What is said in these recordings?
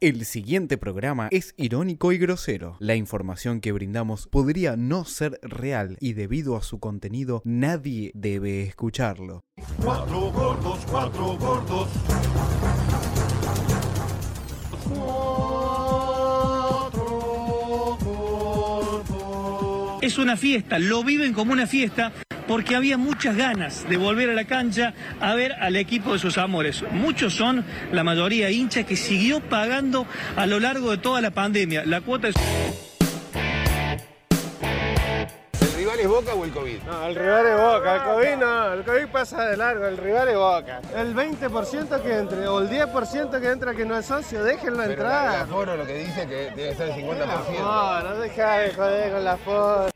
El siguiente programa es irónico y grosero. La información que brindamos podría no ser real y debido a su contenido nadie debe escucharlo. Cuatro gordos, cuatro gordos. Es una fiesta, lo viven como una fiesta porque había muchas ganas de volver a la cancha a ver al equipo de sus amores. Muchos son, la mayoría hinchas, que siguió pagando a lo largo de toda la pandemia. La cuota es... ¿El rival es Boca o el COVID? No, el rival es Boca, el COVID no, el COVID pasa de largo, el rival es Boca. El 20% que entre, o el 10% que entra que no es socio, déjenlo Pero la- el entrar. aforo lo que dice que debe ser el 50%. No, no deja de joder con la foto.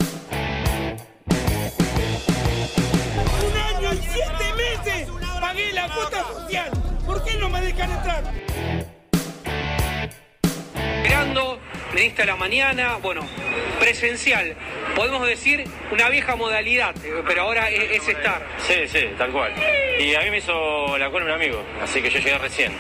un año y siete meses pagué la cuota social. ¿Por qué no me dejan entrar? Esperando, ministra de la mañana, bueno, presencial. Podemos decir una vieja modalidad, eh, pero ahora es estar. Sí, sí, tal cual. Y a mí me hizo la cola un amigo, así que yo llegué recién.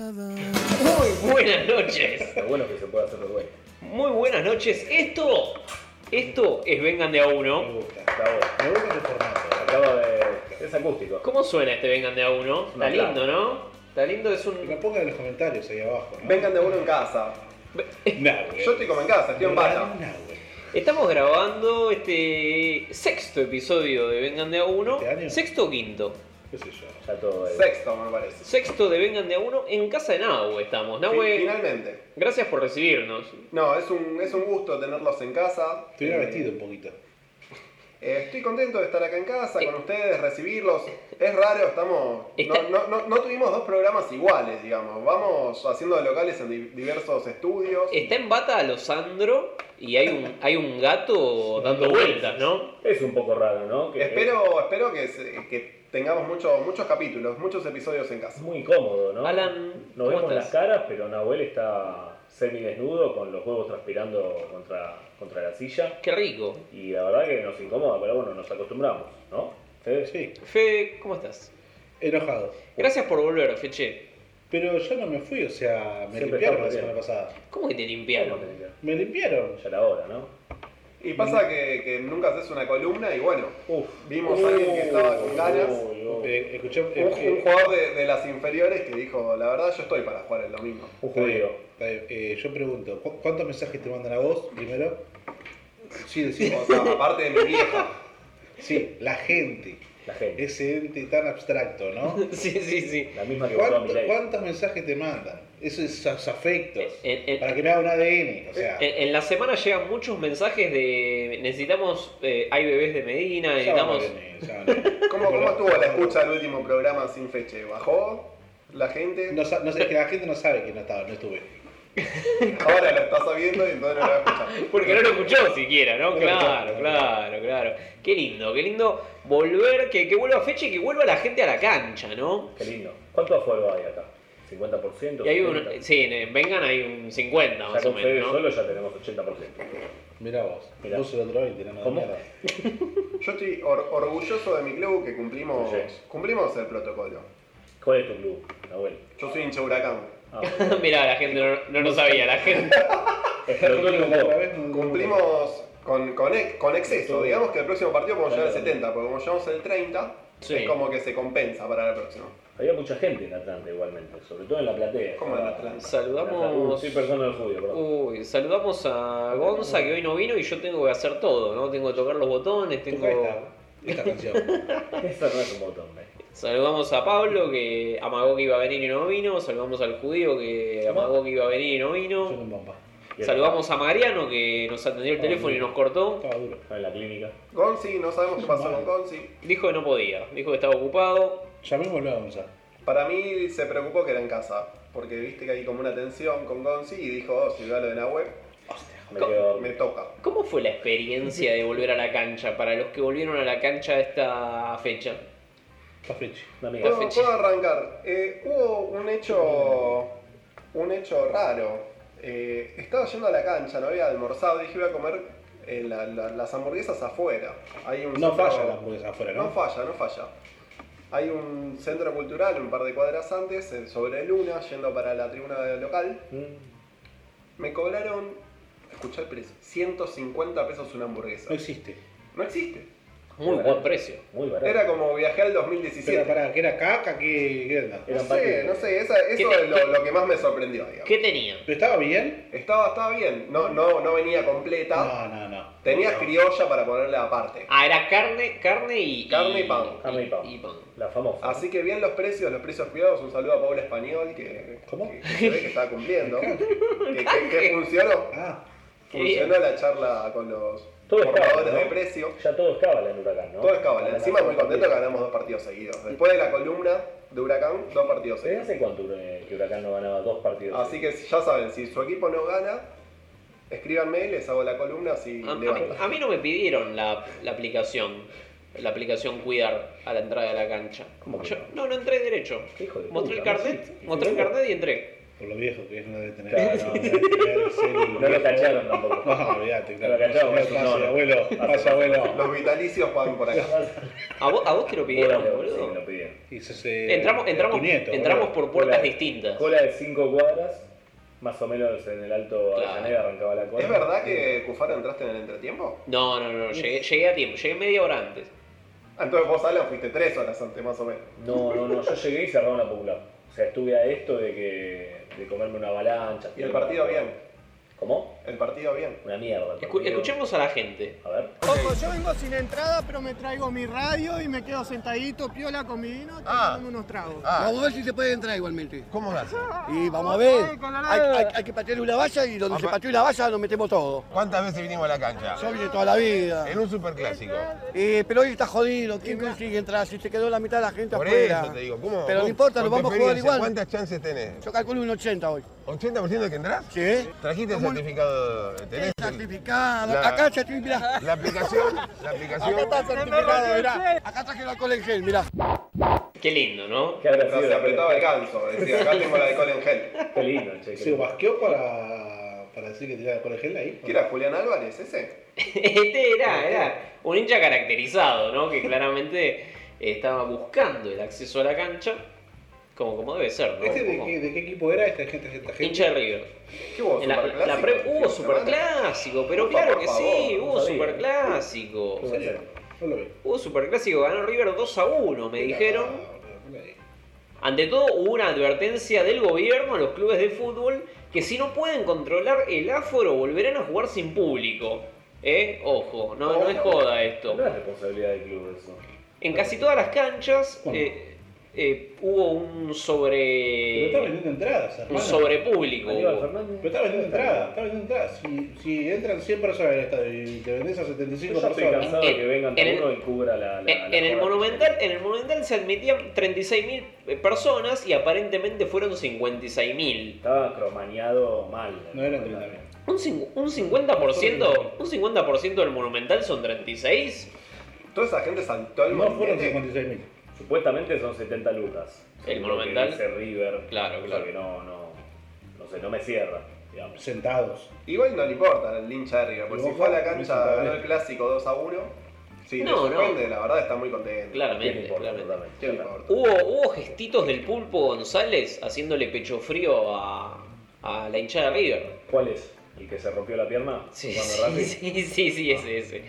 Muy buenas noches. bueno que se pueda hacer Muy buenas noches. Esto, esto es Vengan de a uno. Me gusta, Me gusta este formato. Acaba de. Es acústico. ¿Cómo suena este Vengan de a uno? Está lindo, ¿no? Está lindo, es un. pongan en los comentarios ahí abajo. ¿no? Vengan de uno en casa. Yo estoy como en casa, estoy en bata. Estamos grabando este sexto episodio de Vengan de a uno. ¿Este año? Sexto o quinto. ¿Qué sé yo? Sexto, me parece. Sexto de Vengan de a uno en casa de Nahue estamos. Fin- Nahue, Finalmente. gracias por recibirnos. No, es un, es un gusto tenerlos en casa. Estuviera Eh, vestido un poquito. eh, estoy contento de estar acá en casa Eh. con ustedes, recibirlos. Es raro, estamos. Está- No, no- no- no tuvimos dos programas iguales, digamos. Vamos haciendo de locales en di- diversos estudios. Está en bata a Losandro y hay un, hay un gato dando vueltas, ¿no? Es un poco raro, ¿no? Que Espero, espero que, se- que tengamos mucho- muchos capítulos, muchos episodios en es casa. muy incómodo, ¿no? Alan, Nos ¿cómo vemos estás? las caras, pero Nahuel está semidesnudo con los huevos transpirando contra, contra la silla. Qué rico. Y la verdad que nos incomoda, pero bueno, nos acostumbramos, ¿no? ¿Ustedes? Sí, Fede, ¿cómo estás? enojado. Gracias por volver, Feche. Pero yo no me fui, o sea, me Siempre limpiaron está la bien. semana pasada. ¿Cómo que te limpiaron? Ya Me limpiaron. la hora, ¿no? Y pasa que, que nunca haces una columna y bueno, Uf. vimos a alguien que estaba con ganas. Uy, uy. Eh, escuché. eh, Un, un eh, jugador de, de las inferiores que dijo, la verdad yo estoy para jugar el domingo. Un está bien, judío. está bien. Eh, yo pregunto, ¿cu- ¿cuántos mensajes te mandan a vos primero? Sí, decimos. O sea, aparte de mi vieja. Sí, la gente. La gente. Ese ente tan abstracto, ¿no? Sí, sí, sí. La misma que votó a ¿Cuánto- Milei. ¿Cuántos mensajes te mandan? Eso es esos afectos. Eh, eh, Para que me haga un ADN. Eh, O sea, En, en la semana llegan muchos mensajes de necesitamos, eh, hay bebés de Medina, ya vamos a necesitamos... venir, ya vamos a venir. ¿Cómo, cómo estuvo la escucha del último programa sin feche? ¿Bajó la gente? No, sa- no sé, es que la gente no sabe que no estaba, no estuve. Ahora lo está sabiendo y entonces no lo va a escuchar. Porque no lo escuchó siquiera, No ¿no? lo Claro, escuchó. claro, claro. Qué lindo, qué lindo volver, que, que vuelva Feche y que vuelva la gente a la cancha, ¿no? Qué lindo. ¿Cuánto aforo hay acá? ¿50%? Y hay un... 70%? Sí, en Vengan hay un 50 Ya más o con Fede menos, ¿no? solo ya tenemos 80%. Mirá vos, Mirá. vos el otro 20, no me ¿Cómo? mierda. Yo estoy or- orgulloso de mi club que cumplimos, Sí. cumplimos el protocolo. ¿Cuál es tu club, Nahuel? Yo soy hincha huracán. Ah, Mirá, la gente no, no lo sabía, la gente... explotó el La otra humor. vez no- Cumplimos con, con, ex- con exceso. Sí. Digamos que el próximo partido podemos llegar al Claro. 70, porque como llevamos el 30, Sí. es como que se compensa para la próxima. Había mucha gente en Atlanta igualmente, sobre todo en la platea. ¿Cómo en Estaba- Atlanta? Uh, Saludamos... Uh. Sí, persona del judío, perdón. Uy, saludamos a Gonza que hoy no vino y yo tengo que hacer todo, ¿no? Tengo que tocar los botones, tengo... Toca esta, esta canción. Esa no es un botón, eh. Saludamos a Pablo que amagó que iba a venir y no vino, saludamos al judío que amagó que iba a venir y no Yo vino, con bomba. Bien. saludamos a Mariano que nos atendió el teléfono y nos cortó, Estaba duro. Estaba en la clínica. Gonzi, no sabemos qué pasó con Gonzi. dijo que no podía, dijo que estaba ocupado, Llamémoslo a Gonza. Para mí se preocupó que era en casa, porque viste que hay como una tensión con Gonzi y dijo, oh, si veo lo de Nahue, Me quedo. me toca. ¿Cómo fue la experiencia de volver a la cancha para los que volvieron a la cancha a esta fecha? Cafrichi. Una amiga. Puedo, puedo arrancar. Eh, hubo un hecho. un hecho raro. Eh, estaba yendo a la cancha, no había almorzado, dije voy a comer eh, la- la- las hamburguesas afuera. Hay un No centro- falla la hamburguesa afuera, No ¿no? falla, no falla. Hay un centro cultural, un par de cuadras antes, eh, sobre Luna, yendo para la tribuna del local. Mm, Me cobraron, escuchá el precio, 150 pesos una hamburguesa. No existe. No existe. Muy buen precio. Muy barato. Era como viajé al Pero 2017. pará, que era caca, que que era. Era- No sé, no sé, esa- eso ¿Qué- es lo, lo que más me sorprendió, digamos. ¿Qué tenían? ¿Pero estaba bien? Estaba, estaba bien, no, no, no venía completa. No, no, no. Tenías No. criolla para ponerle aparte. Ah, era carne, carne y. Carne y pan. Carne y pan. y pan. La famosa. Así que bien los precios, los precios cuidados. Un saludo a Paula Español que, ¿Cómo? que se ve que está cumpliendo. que, que- que funcionó. Ah, Qué bien. Funcionó la charla con los Todo está, formadores ¿no? de precio. Ya todo es cábala en Huracán, ¿no? Todo es cábala. Huracán Encima muy Huracán. contento que ganamos dos partidos seguidos. Después de la columna de Huracán, dos partidos ¿Desde seguidos. hace cuánto eh, que Huracán no ganaba dos partidos? Así que ya saben, si su equipo no gana, escríbanme, les hago la columna si A, a mí, levantan. a mí no me pidieron la, la aplicación. La aplicación cuidar a la entrada de la cancha. ¿Cómo que Yo- no? no, no entré derecho. Hijo de Mostré el puta, carnet, ¿no? Sí. mostré el carnet y entré. por lo viejo que es, no debe tener. Claro, no, no, debe tener el celu. No lo cacharon tampoco. No, olvídate, claro. No lo cacharon, Pase, eso no, no. abuelo, pase, abuelo. Los vitalicios van por acá. ¿A vos, a vos te lo pidieron, Bueno, sí, me boludo? lo pidieron. Y se- se- Entramos, tu entramos, nieto, entramos boludo. por puertas Hola. distintas. Cola de cinco cuadras, más o menos en el alto Claro. Avellaneda arrancaba la cola. ¿Es verdad que Cufaro entraste en el entretiempo? No, no, no, llegué, llegué a tiempo, llegué media hora antes. Ah, Entonces vos, Alan, fuiste tres horas antes, más o menos. No, no, no, yo llegué y cerraba una popular. O sea, estuve a esto de que de comerme una avalancha. Y el partido bien. ¿Cómo? El partido bien. Una mierda. el Escu- partido. escuchemos a la gente. A ver. Ojo, yo vengo sin entrada, pero me traigo mi radio y me quedo sentadito, piola con mi vino, Ah. tomándome unos tragos. Vamos a ver si se puede entrar igualmente. Ah. ¿Cómo lo hace? Y vamos a Ay, ver. con la Hay, nave. hay- hay que patear una valla y donde Apa. se pateó una valla nos metemos todo. ¿Cuántas veces vinimos a la cancha? Yo vine toda la vida. En un superclásico. Eh, pero hoy está jodido. ¿Quién consigue entrar? Si se quedó la mitad de la gente Por afuera. eso te digo, ¿cómo? Pero no vos, importa, lo con tu vamos a jugar experiencia, igual. ¿Cuántas chances tenés? Yo calculo un 80 hoy. ¿80% de que entrás? ¿Sí? ¿Trajiste el ¿Cómo? certificado? ¿Tenés? Certificado. La- Acá ya estoy, mirá. ¿La aplicación? ¿La aplicación? Acá está certificado, mirá. Acá traje la cola en gel, mirá. Qué lindo, ¿no? ¿Qué habrá Pero sido se la apretaba el pelota? ganso. Decía, acá tengo el alcohol en gel. Qué lindo, che. qué ¿Se lindo. basqueó para, para decir que tiraba por el gel ahí? ¿Qué era Julián Álvarez ese? Este era, era un hincha caracterizado, ¿no? Que claramente estaba buscando el acceso a la cancha, como, como debe ser, ¿no? ¿Este de Como qué, de qué equipo era? Esta gente, esta gente. Hincha de River. ¿Qué hubo? En la, ¿Superclásico? la pre- hubo superclásico, pero Opa, claro por que favor, sí, no hubo sabía. superclásico. ¿Qué va a ser? No lo vi. Hubo superclásico, ganó River 2 a 1, me dijeron. Ante todo, hubo una advertencia del gobierno a los clubes de fútbol que si no pueden controlar el aforo volverán a jugar sin público. ¿Eh? Ojo, no, no es joda esto. No es responsabilidad del club eso. En casi todas las canchas ¿Cómo? eh, eh, hubo un Pero está sobre. vendiendo entradas, hermano. un sobrepúblico. Aníbal hubo. Fernández. Pero está vendiendo entradas, está vendiendo entradas. Si, si entran 100 personas al estadio y te vendés a Yo 75 ya estoy cansado personas. de que vengan En el- uno y cubra la. la- En, la en el jornada. monumental, en el monumental se admitían 36.000 eh, personas y aparentemente fueron 56.000. Estaba cromaneado mal. No eran 30.000. Un, cin- un 50%, un 50 del monumental son 36. Toda esa gente saltó el No fueron molinete. 56.000. Supuestamente son 70 lucas. El Lo Monumental. que dice River. Claro, cosa claro. Que no, no, no sé, no me cierra. Digamos. Sentados. Igual no le importa el hincha de River, porque Pero si fue a la ojo, cancha no es ganó el clásico 2 a 1. Sí, No, no, no. la verdad está muy contento. ¿Qué le Claramente, importa claramente. totalmente? ¿Qué le importa? Hubo, hubo gestitos del pulpo González haciéndole pecho frío a, a la hinchada de River. ¿Cuál es? ¿El que se rompió la pierna? Sí, Cuando sí, Racing- Ah. sí, sí, sí, ese, ese.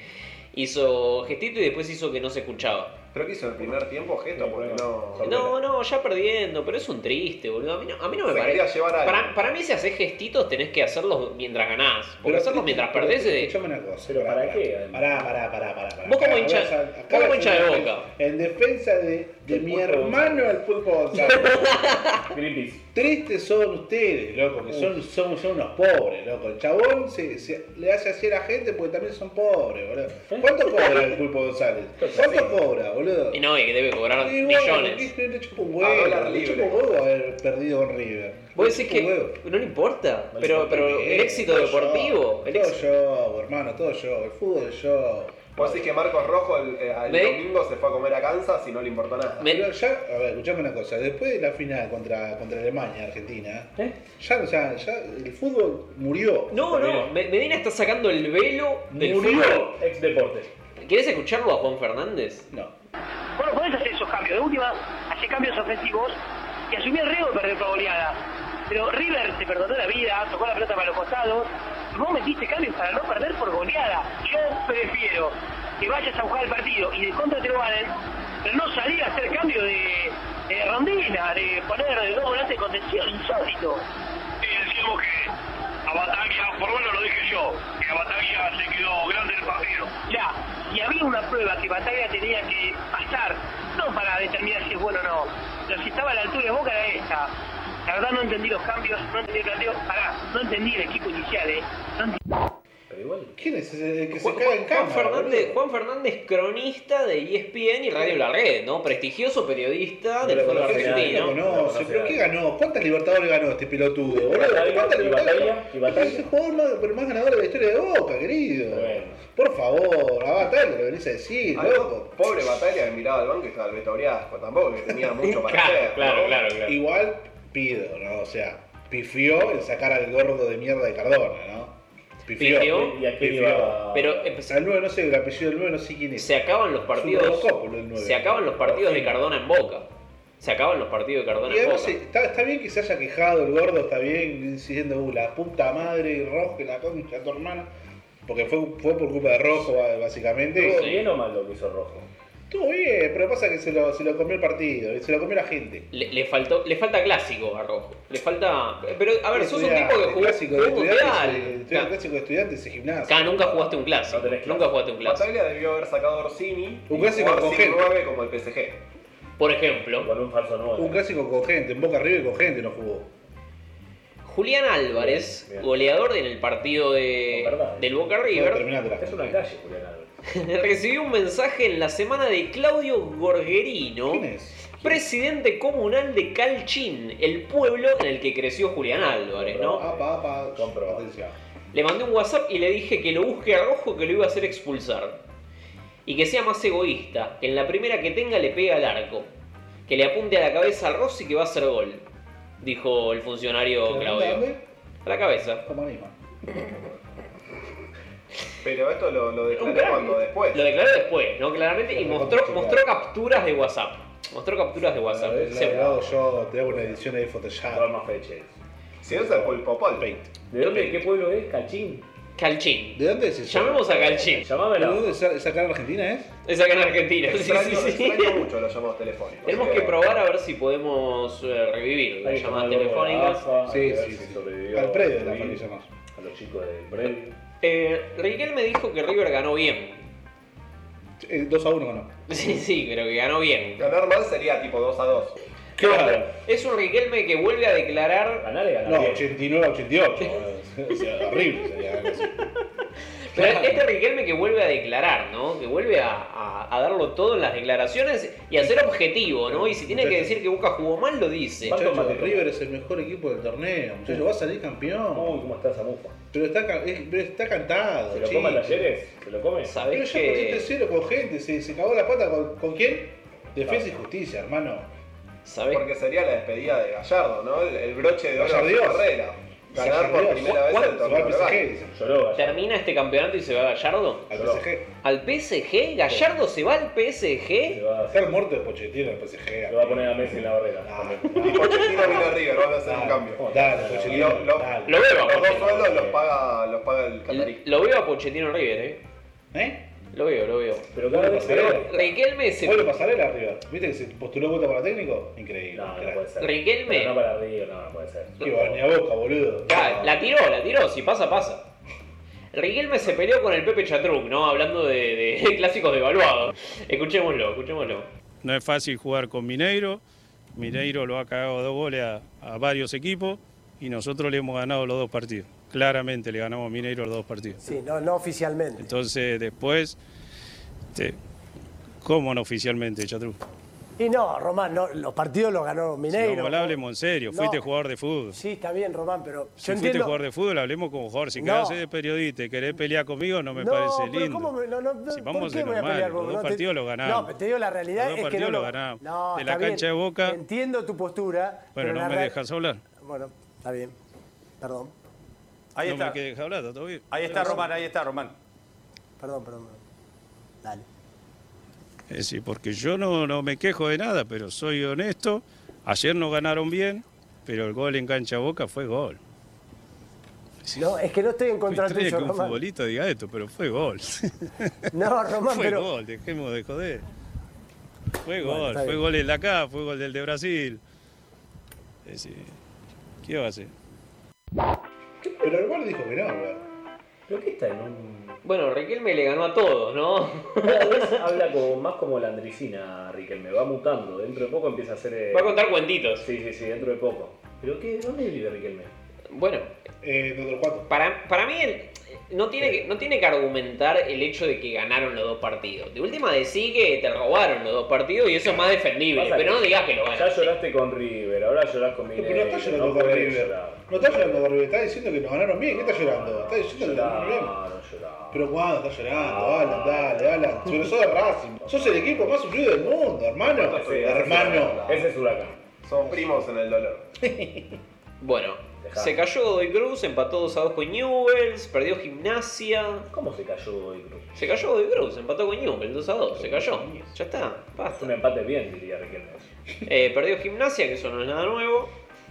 Hizo gestito y después hizo que no se escuchaba. Pero que hizo el primer tiempo gesto No, porque bueno. no. No, no, ya perdiendo, pero es un triste, boludo. A mí no, a mí no me Se quería parece. llevar a Para, alguien. para mí, si haces gestitos, tenés que hacerlos mientras ganás. Porque Pero hacerlos mientras pero perdés es de. Escuchame una cosa. ¿Pero para qué, además? Pará, pará, pará, pará. pará. Vos como Acá hincha- vas a- acá vos como vas a hincha de hacer- Boca. En defensa de, de de mi hermano al pulpo González. Tristes son ustedes, loco, que son, son, son unos pobres, loco. El chabón se, se- le hace así a la gente porque también son pobres, boludo. ¿Cuánto cobra el pulpo González? ¿Eh? ¿Cuánto cobra, boludo? Y no, y que debe cobrar Y bueno, millones. ¿qué? Le chupa un A huevo, dólar le chupa libre. un huevo haber perdido con River. Vos Le decís chupa un huevo. que no le importa, pero, Yo pero también, el éxito todo deportivo. yo, el todo éxito- yo, hermano, todo yo. El fútbol es yo. Vos decís que Marcos Rojo el, eh, el ¿Ve? domingo se fue a comer a Kansas y no le importó nada. Ah, Pero ya, a ver, escuchame una cosa. Después de la final contra, contra Alemania, Argentina, ya, o sea, ya el fútbol murió. No, no, Me- Medina está sacando el velo del Murió. fútbol. Ex deporte. ¿Quieres escucharlo a Juan Fernández? No. Bueno, podés hacer esos cambios. De última, hacer cambios ofensivos y asumí el riesgo de perder por goleada. Pero River se perdonó la vida, tocó la pelota para los costados. Y vos metiste cambios para no perder por goleada. Yo prefiero que vayas a buscar el partido y de contra te lo ganen, pero no salir a hacer cambio de, de rondina, de poner dos volantes de contención, insólito. Y decimos que a Bataglia, por bueno lo dije yo, que a Bataglia se quedó grande el partido. Ya, y había una prueba que Bataglia tenía que pasar, no para determinar si es bueno o no, pero si estaba a la altura de Boca era esta. La verdad no entendí los cambios, no entendí el planteo, pará, no entendí el equipo inicial, eh. No entendí- ¿Quién es ese que se Juan, caga en Juan cámara? Fernández, Juan Fernández, cronista de E ESPN y Radio La Red, ¿no? Prestigioso periodista del Pero fútbol la gente argentino. no lo conoce, pero ¿qué ganó? ¿Cuántas libertadores ganó este pelotudo? boludo? Batalla, ¿Cuántas y libertadores? batalla, y batalla. Es el jugador más, pero más ganador de la historia de Boca, querido. Por favor, a Batalla le venís a decir, A loco. loco, pobre batalla que miraba al banco y estaba el Beto Briasco, tampoco que tenía mucho para Claro, hacer. claro, ¿no? claro, Igual pido, ¿no? O sea, pifió el sacar al gordo de mierda de Cardona, ¿no? Pifió, ¿y a quién iba? Pero, eh, pues, al 9, no sé, el apellido del 9, no sé quién es. Se acaban los partidos. Se acaban los partidos de Cardona en Boca. Se acaban los partidos de Cardona Y en Boca. además, eh, está, está bien que se haya quejado el gordo, está bien diciendo, uh, la puta madre, Rojo, que la concha, de tu hermana. Porque fue, fue por culpa de Rojo, ba- básicamente. ¿Estuvo bien o mal lo que hizo Rojo? Estuvo bien, pero pasa que se lo, se lo comió el partido, se lo comió la gente. Le, le faltó, le falta clásico a Rojo. Le falta. Pero, a ver, sos un tipo que Estudiante, jugó. clásico jugó de estudiantes, eh, mundial. estudiante- clásico de estudiantes es gimnasio. Acá nunca jugaste un clásico. nunca jugaste un clásico. Bataglia debió haber sacado a Orsini Un y clásico jugar con sin gente. nueve como el PSG. Por ejemplo. Con un falso nuevo. Un clásico con gente, en Boca River con gente no jugó. Julián Álvarez, Bien, bien. goleador en el partido de, del Boca River, Es una calle, Julián Álvarez. recibió un mensaje en la semana de Claudio Gorgerino, presidente comunal de Calchín, el pueblo en el que creció Julián Álvarez, ¿no? Apa, apa, atención. Le mandé un WhatsApp y le dije que lo busque a Rojo que lo iba a hacer expulsar. Y que sea más egoísta, que en la primera que tenga le pega al arco. Que le apunte a la cabeza a Rossi que va a hacer gol. Dijo el funcionario Claudio. A la cabeza. Como anima. Pero esto lo, lo declaró cuando después. Lo declaró después, ¿no? Claramente. Y mostró, mostró capturas de WhatsApp. Mostró capturas de WhatsApp. La Se- verdad, yo te hago una edición de Photoshop. Si usa el pulpo pol. ¿De dónde? ¿Qué pueblo es? ¿Calchín? Calchín. ¿De dónde es eso? Llamemos a Calchín. ¿De dónde es es acá en Argentina, eh? es? Es acá en Argentina. Sí, Extraño, sí, sí. extraño mucho los llamados telefónicos. Tenemos que probar a ver si podemos eh, revivir las llamadas telefónicas. Sí, sí, sí. Al predio de la familia más. A los chicos del predio. Eh, Riquel me dijo que River ganó bien. 2 Eh, a 1 ganó. Sí, sí, pero que ganó bien. Ganar mal sería tipo 2 a 2. Claro. Es un Riquelme que vuelve a declarar. Ganar es No, 89 a 88. boludo. O sea, horrible sería algo así. Pero este Riquelme que vuelve a declarar, ¿no? Que vuelve a, a- a darlo todo en las declaraciones y a ser objetivo, ¿no? Y si tiene que decir que Boca jugó mal, lo dice. Muchacho, River es el mejor equipo del torneo. Muchacho, va a salir campeón. Uy, ¿cómo está esa mufa? Pero está, ca- es- pero está cantado. ¿Se lo chico. come Talleres? ¿Se lo come? Pero ya pusiste cero con gente, se, se cagó la pata con, ¿con quién? Defensa y justicia, hermano. Porque sería la despedida de Gallardo, ¿no? El, el broche de oro de Gallardeos. carrera. Ganar por Gallardeos. primera vez el ¿Cuándo torneo se va al local. PSG? ¿Termina este campeonato y se va Gallardo? Al PSG. ¿Al PSG? ¿Gallardo se va al PSG? Está el muerto de Pochettino en el PSG. Lo va a poner a Messi en la barrera. Y Ah. Pochettino vino a River, van a hacer un cambio. oh, Dale, Y Pochettino. lo, lo- Lo veo a los dos Pochettino. sueldos los paga, los paga el catarí. Eh, Lo veo a Pochettino en River, ¿eh? ¿Eh? Lo veo, lo veo. Pero Vuelve pasarela. Riquelme se... Vuelve pasarela arriba. ¿Viste que se postuló vuelta para técnico? Increíble. No, no puede ser. Riquelme. Pero no para River, no, no puede ser. Que va, ni a boca, boludo. Ah, la tiró, la tiró, si pasa, pasa. Riquelme se peleó con el Pepe Chatruc, ¿no? Hablando de, de clásicos devaluados. Escuchémoslo, escuchémoslo. No es fácil jugar con Mineiro. Mineiro lo ha cagado dos goles a, a varios equipos y nosotros le hemos ganado los dos partidos. Claramente le ganamos a Mineiro los dos partidos. Sí, no, no oficialmente. Entonces después, este, ¿cómo no oficialmente, Chatru? Y no, Román, no, los partidos los ganó Si Mineiro. no, le hablemos en serio, No. fuiste jugador de fútbol. Sí, está bien, Román, pero Si yo fuiste entiendo. jugador de fútbol, hablemos como jugador. Si No. quedás de periodista y querés pelear conmigo, no me no, parece pero lindo. ¿cómo me- no, no, no, Si vamos ¿por a qué ser voy a normal, pelear los vos? dos No, te- partidos los ganamos. No, pero te digo la realidad es Los dos que no partidos lo, los ganamos. No, De la está bien, cancha de Boca- Entiendo tu postura. Bueno, la no me re- dejas hablar. Bueno, está bien. Perdón. Ahí no está. me quedes hablar, ¿está todo bien? Ahí está Román, ahí está Román. Perdón, perdón. Dale. Es decir, porque yo no, no me quejo de nada, pero soy honesto. Ayer nos ganaron bien, pero el gol en cancha boca fue gol. No, es que no estoy en contra Extraña tuyo, que un Román. futbolista diga esto, pero fue gol. No, Román, fue pero. gol, dejemos de joder. Fue Bueno, gol, está fue bien. gol el de acá, fue gol del de Brasil. Es decir, ¿qué va a hacer? Pero el gol dijo que no, güey. Pero qué está en un. Bueno, Riquelme le ganó a todos, ¿no? Cada vez habla como, más como la andricina, Riquelme. Va mutando. Dentro de poco empieza a ser. eh, Va a contar cuentitos. Sí, sí, sí, dentro de poco. ¿Pero qué? ¿Dónde vive Riquelme? Bueno, para, para mí el- no, tiene que, no tiene que argumentar el hecho de que ganaron los dos partidos. De última decí que te robaron los dos partidos y eso es más defendible, Pasa pero que no digas que lo Ya ganaron. lloraste con River, ahora llorás con pero Mineiro. no está llorando con podés River. llorar. No está llorando por River, está diciendo que nos ganaron bien. ¿Qué está llorando? Está diciendo que nos ganaron bien. Lloraron, lloraron. Pero cuando está llorando, Alan, dale, Alan. Pero sos de Racing. Sos el equipo más sufrido del mundo, hermano. Sí, hermano. Ese es Huracán. Son primos en el dolor. Bueno, se cayó Godoy Cruz, empató 2 a 2 con Newells, perdió Gimnasia. ¿Cómo se cayó Godoy Cruz? Se cayó Godoy Cruz, empató con Newells 2 a 2, se cayó. Ya está, basta. Un empate bien, diría Riquelme. Eh, perdió Gimnasia, que eso no es nada nuevo.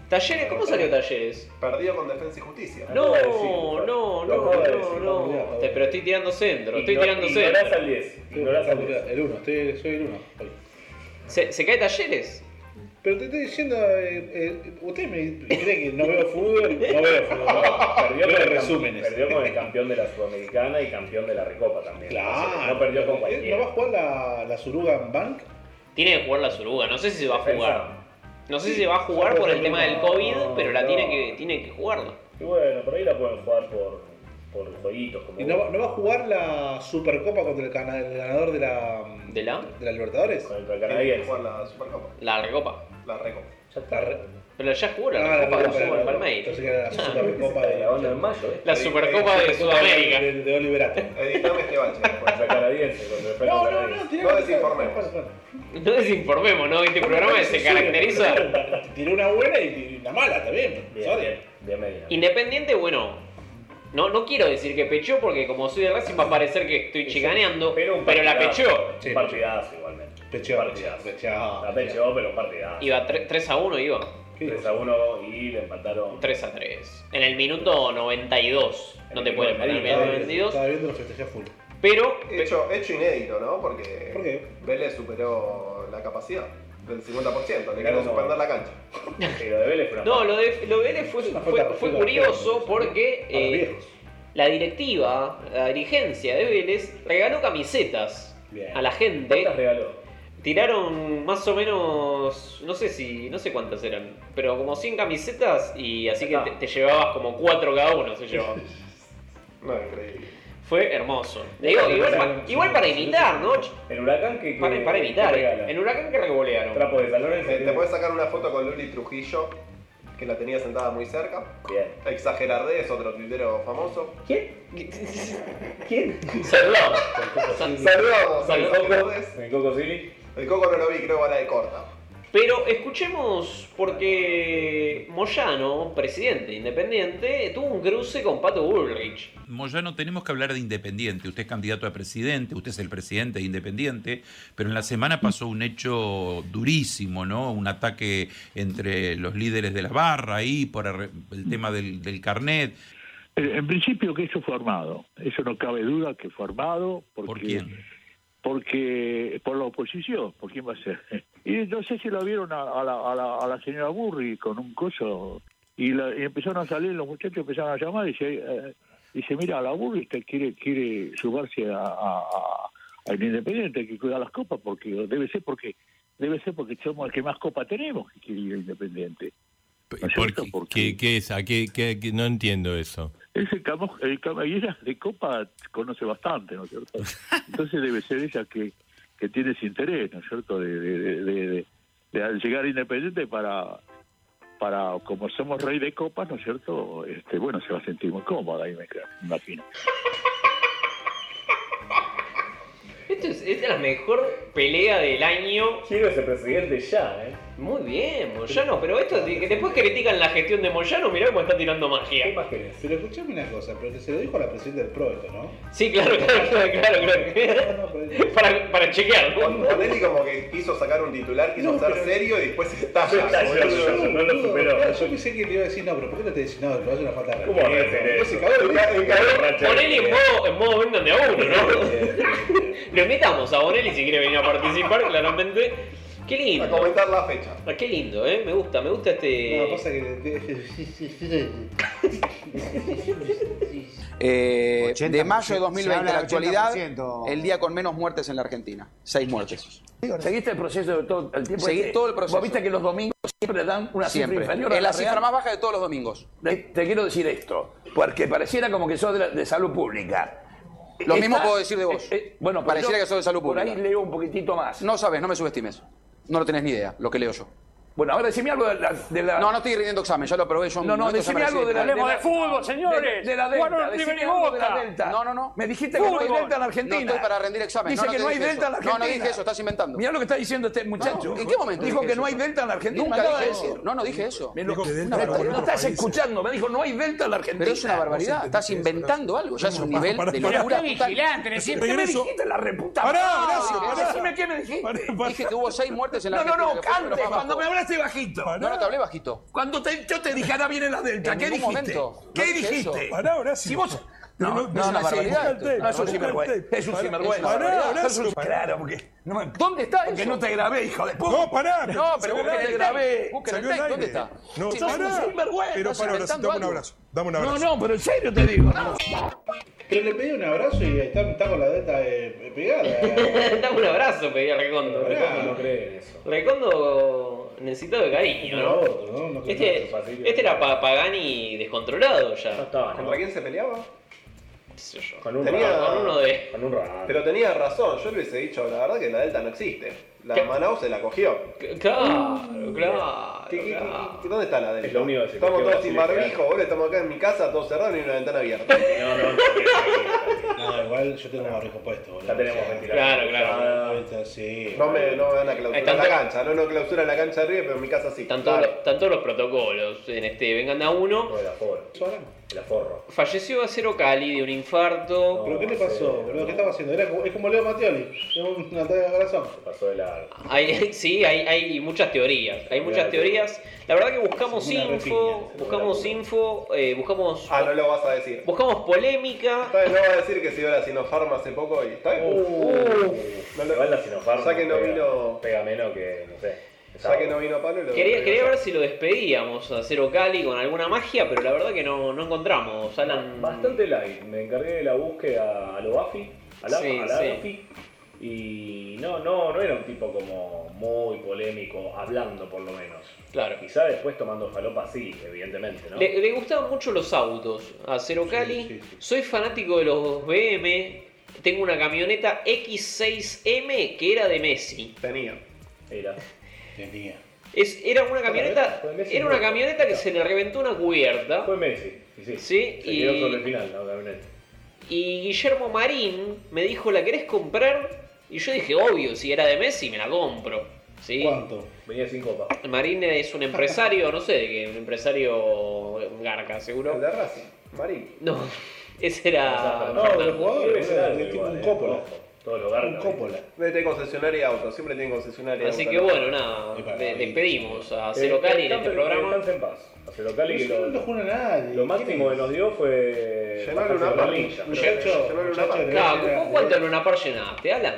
Talleres, ¿cómo salió Talleres? Perdido con Defensa y Justicia. No, no, no, no, no. Te- Pero estoy tirando centro, estoy Ignor- tirando ignorás centro. al 10. Ignorás al 10. El 1, soy el 1. ¿Se, se cae Talleres? Pero te estoy diciendo, eh, eh, ustedes me creen que no veo fútbol, no veo fútbol. Perdió Veo con, el resúmenes. Eh, resúmenes. perdió con el campeón de la Sudamericana y campeón de la Recopa también. O sea, Claro. no perdió con ¿No va a cualquiera. jugar la, la Surugan Bank? Tiene que jugar la Suruga, no sé si se va a jugar. No sé si se va a jugar por el tema del COVID, pero la tiene que, tiene que jugarla. Y bueno, por ahí la pueden jugar por, por jueguitos. Como ¿Y no, va- no va a jugar la Supercopa contra el, cana- el ganador de la, ¿De la? de la Libertadores? Contra el Tiene que canadiense. jugar la Supercopa. La Recopa. La Recopa. Ya está. Pero ya jugó la Ah, la Recopa, Recopa, jugó la el Recopa. Palmeiras. Entonces era la Supercopa de la onda en mayo. ¿eh? Ah. La Supercopa de Sudamérica. De, de Oliverato. Editame este bache. Contra el canadiense. Contra el No, canadiense. no, no, tiene No que desinformemos. No desinformemos, ¿no? Este programa se caracteriza. Tiró una buena y una mala también. Bien, Sorry. bien, bien, bien. Independiente, bueno. No, no quiero decir que pechó porque como soy de Racing va a parecer que estoy chicaneando, pero, un la partidazo, pechó. Un partidazo igualmente. Pechó, partidazo. pechó. La pechó, pero un partidazo. Iba tre- 3 a 1, iba. 3 a 1 y le empataron. 3 a 3. En el minuto 92. No te El pueden minuto poner en el Estaba minuto bien, 92. Estaba viendo los festejé full. Pero. Hecho, hecho inédito, ¿no? Porque ¿Por qué? Vélez superó la capacidad del 50%. Le Claro, quedó no. suspender la cancha. Pero de Vélez fue una No, lo de, lo de Vélez fue, fue, fue curioso porque eh, la directiva, la dirigencia de Vélez, regaló camisetas Bien. a la gente. regaló? Tiraron más o menos, no sé si, no sé cuántas eran, pero como 100 camisetas y así que te, te llevabas como 4 cada uno, se llevaba. No, increíble. Fue hermoso. Le digo, igual, pa- igual para imitar, ¿no? El huracán que. que- Para, para imitar, que regala. ¿eh? El huracán que revolearon. Trapo de San Lorenzo. Eh, Te puedes sacar una foto con Luli Trujillo, que la tenía sentada muy cerca. Bien. Exagerardé es otro tuitero famoso. ¿Quién? ¿Quién? Cerró. Saludamos a Saludó. Exagerardés. ¿El Coco Silly? El Coco no lo vi, creo que va a la de corta. Pero escuchemos porque Moyano, presidente de independiente, tuvo un cruce con Pato Bullrich. Moyano, tenemos que hablar de Independiente. Usted es candidato a presidente, usted es el presidente de Independiente, pero en la Mm. semana pasó un hecho durísimo, ¿no? Un ataque entre los líderes de la barra ahí por el el Mm. tema del, del carnet. Eh, En principio que eso fue armado, eso no cabe duda que fue armado. Porque, ¿Por quién? Porque por la oposición, ¿por quién va a ser? Y no sé si la vieron a, a la, a la- a la señora Burri con un coso y, la- y empezaron a salir los muchachos, empezaron a llamar y dice, eh, dice mira, la Burri te quiere quiere sumarse a, a- a- al Independiente, hay que cuidar las copas porque debe ser porque debe ser porque somos el que más copa tenemos que quiere ir a Independiente. ¿Y por qué, qué- qué es? ¿A qué- qué- qué- no entiendo eso. Ese camo, el cama- y ella de copa conoce bastante, ¿no es cierto? Entonces debe ser ella que, que tiene ese interés, ¿no es cierto? De, de, de- de- de- de al llegar independiente para, para, como somos rey de copas, ¿no es cierto? Este, bueno, se va a sentir muy cómoda, ahí me creo, me imagino. Esto es, esta es la mejor pelea del año. Quiero ese presidente ya, ¿eh? Muy bien, Moyano, pero esto de- que después critican la gestión de Moyano, mirá cómo está tirando magia. ¿Qué Pero escuchame una cosa, pero que se lo dijo a la presidenta del PRO esto, ¿no? Sí, claro, claro, claro, claro. claro. para, para chequear. Bonelli como que quiso sacar un titular, quiso ser serio y después se estalla. boludo. Yo, boludo, claro, Yo pensé que te iba a decir, no, pero ¿por qué no te decís, no, pero es una falta de ¿Cómo respeto? vas a hacer Pues se eso? cagó de risa. Bonelli en modo, en modo vengan de a uno, ¿no? Lo invitamos a Bonelli si quiere venir a participar, claramente. Qué lindo. A comentar la fecha. qué lindo, ¿eh? Me gusta, me gusta este. No, pasa que... Eh, de mayo de 80, se 2020 habla a la del actualidad, 80%. el día con menos muertes en la Argentina. Seis muertes. Seguiste el proceso de todo el tiempo. Seguí este? todo el proceso. Vos viste que los domingos siempre dan una Siempre. cifra inferior a Es la cifra real? más baja de todos los domingos. Te, eh, te quiero decir esto, porque pareciera como que sos de, la- de salud pública. eh, Lo mismo puedo decir de vos. bueno, pero Pareciera yo que sos de salud Por pública. ahí leo un poquitito más. No sabes, no me subestimes. No lo tenés ni idea, lo que leo yo. Bueno, ahora decime algo de la... No, no estoy rindiendo examen, ya lo probé yo. No, no, esto ya decime me algo de la... recibí. la- De, de la Delta. decime algo de la Delta. No, no, no. Me dijiste que no hay Delta en la Argentina. No estoy para rendir examen. Dice no, que te no hay dije Delta en la eso. Argentina. No, no dije eso, estás inventando. Mirá lo que está diciendo este muchacho. No, ¿en qué momento Dijo dije que no eso? hay Delta en la Argentina. Nunca Me acaba dije de eso. decir. No, no dije eso. Me lo- Dijo que Delta una era barbaridad. no otro estás país. escuchando. Me dijo, no hay Delta en la Argentina. Pero es una barbaridad. Estás inventando algo. Ya es un nivel de Pero locura. qué total. vigilante, decime, ¿qué me dijiste la reputa? Pará, madre? Horacio, pará. Decime qué me dijiste. Dije que hubo seis muertes en la No, no, no, Argentina, que fue lo antes, más bajo. cuando me hablaste bajito. No, no te hablé bajito. Cuando te- yo te dije, ahora viene la Delta, En ¿qué dijiste? ningún momento. ¿Qué No dije dijiste? eso. Pará, Horacio. Si vos... No, no, no, es una no, barbaridad. no, no, No, es un no, sinvergüenza. no, Es un pará, sinvergüenza. pará, barbaridad. Horacio, Es un- pará. Claro, porque... no me- ¿Dónde está Porque eso? no te grabé, hijo de puta. No, pará, pero No, salió pero vos al que te aire. grabé. Busquen el Salió al text, ¿dónde aire. está? No, Sí, pará. Es un sinvergüenza. Pero pará, Horacio, dame un abrazo, Dame un abrazo. No, no, pero en serio te digo. Pero le pedí un abrazo y está, está con la delta eh, pegada. Dame un abrazo, pedí a Recondo. Recondo no cree eso. Recondo necesitado de cariño, Un ¿no? aborto, ¿no? No creo que Este, otro pasillo. este era pa- Pagani descontrolado ya. ¿Contra quién se peleaba? Con un Tenía- raro, con uno de. Con un raro. Pero tenía razón, yo le hubiese dicho, la verdad que la Delta no existe. La ¿Qué? Manao se la cogió. Claro, claro. ¿Qué- qué- qué- ¿Dónde está la Delta? Es lo mío, se estamos cogió todos la sin silicona. barbijo, boludo, estamos acá en mi casa, todos cerrados y una ventana abierta. No, no, no. No, igual yo tengo barbijo puesto, boludo. Ya tenemos ventilador. Claro, claro. Ah, está, sí. No me, no me van a clausurar Están la to- cancha, no, no clausuran la cancha de River, pero en mi casa sí. Están todos, los, están todos los protocolos en este Vengan a uno. El aforro. El aforro. Falleció Acero Cali de un infarto. ¿Pero qué le pasó, boludo? ¿Qué estaba haciendo? Era como- es como Leo Mattioli. Tengo un ataque al corazón. Pasó de la. Hay, sí, hay, hay muchas teorías. Hay muchas Claro. teorías. La verdad que buscamos Una info, buscamos info, eh, buscamos Ah, no lo vas a decir. buscamos polémica. Está bien, No vas a decir que se dio la Sinopharm hace poco y está bien. No le van la Sinopharm. Ya que no pega- vino- Pega menos que, no sé. Ya que no vino Pablo, lo Quería, quería ver si lo despedíamos a Cero Cali con alguna magia, pero la verdad que no, no encontramos. Alan. Bastante light. Me encargué de la búsqueda a lo Buffy. A la, Sí, a la sí. Buffy. Y no, no, no era un tipo como muy polémico, hablando por lo menos. Claro. Quizá después tomando falopa sí, evidentemente, ¿no? Le, le gustaban mucho los autos a Cero Cali. Soy fanático de los BM. Tengo una camioneta X6M que era de Messi. Tenía. Era. Tenía. Es, era una camioneta, era una camioneta que se le reventó una cubierta. Fue Messi, sí. Sí, Se y- quedó sobre el final, la camioneta. Y Guillermo Marín me dijo, ¿la querés comprar? Y yo dije, obvio, si era de Messi me la compro. ¿Sí? ¿Cuánto? Venía sin copa. Marín es un empresario, no sé de qué, un empresario garca, seguro. El de Racing, Marín. No, ese era. No, de los jugadores, Fernández. era de tipo un Coppola. Todos los garcas. Debe tener concesionaria de autos, siempre tiene concesionaria de Así autos. que bueno, nada, le- despedimos a Cero Eh, Cali en descansen- este programa. descansen en paz. A Cero Cali que Pero lo, no lo juro a nadie. lo máximo que nos dio fue. Llenarle bajarse una la par- parrilla. muchacho, llenarle una par- Claro, ¿vos cuánto en una par llenaste, Alan?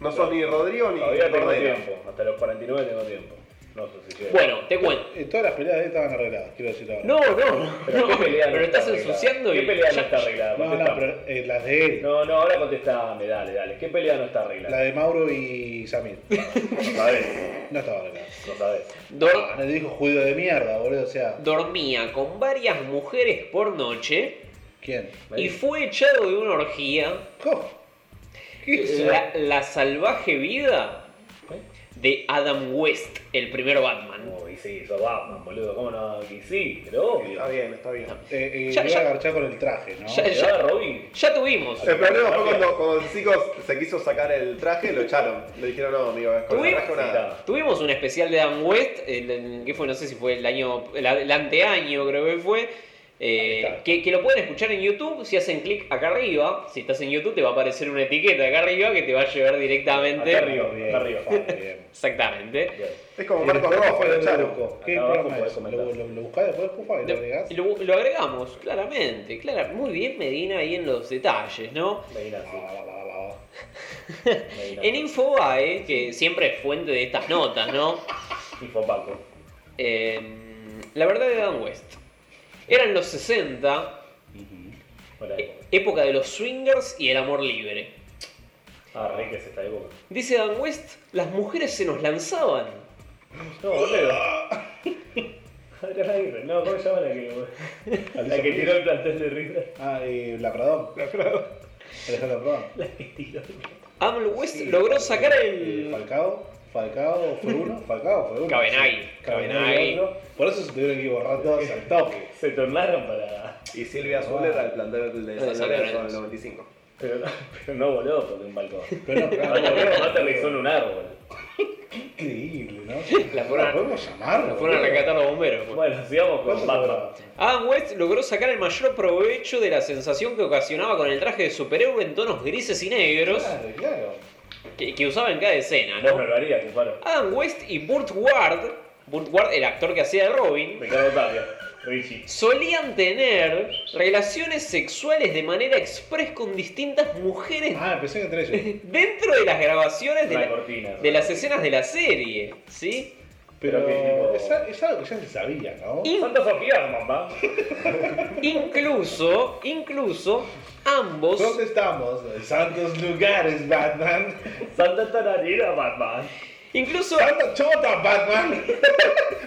No sos ni Rodrigo ni Todavía tengo Cordero. tiempo, hasta los 49 tengo tiempo. No sé si llega. Bueno, te cuento. Eh, Todas las peleas de esta estaban arregladas, quiero decir ahora. No, no, Pero qué pelea no pero está estás arreglada? ensuciando y. ¿Qué pelea no ya- está arreglada? No, no, Contestame. pero eh, las de él. No, no, ahora contestame, dale, dale. ¿Qué pelea no está arreglada? La de Mauro y Samir. Sabés, No estaba arreglada. no sabés. Ah, le dijo judío de mierda, boludo. O sea, Dormía con varias mujeres por noche ¿quién? y fue echado de una orgía. hizo? La, la salvaje vida de Adam West, el primer Batman. ¿Eh? Oh, Y sí, sos Batman, boludo. ¿Cómo no? Y sí, pero obvio. Está bien, está bien. Eh, eh, Ya- le ya- iba a agarchar con el traje, ¿no? Ya, ya- ya tuvimos. El problema fue cuando, cuando el chico se quiso sacar el traje, lo echaron. Le dijeron, no, amigo, es con el Tuvimos, traje una... tuvimos un especial de Dan West, el, el- que fue, no sé si fue el año, el, el anteaño creo que fue, eh, que, que lo pueden escuchar en YouTube si hacen clic acá arriba. Si estás en YouTube te va a aparecer una etiqueta acá arriba que te va a llevar directamente. Acá arriba, acá arriba. Exactamente. Es como Y Marco después Rojo, fue lo el echaron. Luco. ¿Qué Acá abajo programa podés es? ¿Lo, lo, lo buscás después, Pufa, y lo agregás? Lo, lo agregamos, claramente, clara, muy bien Medina ahí en los detalles, ¿no? en Infobae, que siempre es fuente de estas notas, ¿no? Em, Infobaco. la verdad de Dan West. Eran los 60, eh, época de los swingers y el amor libre. Ah, re que es esta época. Dice Dan West, las mujeres se nos lanzaban. No, boludo. Adrián Aguirre, no, ¿cómo se llama la que, la que tiró el plantel de River? Ah, y la Pradón. La Pradón. Alejandro Pradón. Amel West logró sacar el. Falcao. Falcao fue uno. Falcao fue uno. Cabenay, Sí. Cabenay. otro. Por eso se tuvieron que borrar todos al toque. Ah. Se tornaron para. Y Silvia Zuller al plantel de San Lorenzo en el 95. Pero, no- pero no voló porque un balcón. Pero no, pero- no aterrizó en un árbol. Increíble, ¿no? La fueron, podemos llamar. la fueron a rescatar los bomberos. Bueno, sigamos con Batman. Adam West logró sacar el mayor provecho de la sensación que ocasionaba con el traje de superhéroe en tonos grises y negros Claro, claro. que, que usaba en cada escena, No ¿no? me lo haría, compadre. Adam West y Burt Ward, Burt Ward el actor que hacía de Robin, Ricardo Tapia, Richie. solían tener relaciones sexuales de manera express con distintas mujeres Ah, empecé entre ellos. dentro de las grabaciones de, Una la- cortina. de las escenas de la serie, ¿sí? Pero, Pero- es, a- es algo que ya se sabía, ¿no? Santos Sofía, mamá. Incluso, incluso, ambos... ¿Dónde estamos? En santos lugares, Batman. Santa Tararira, Batman. Incluso... Santa chota, Batman.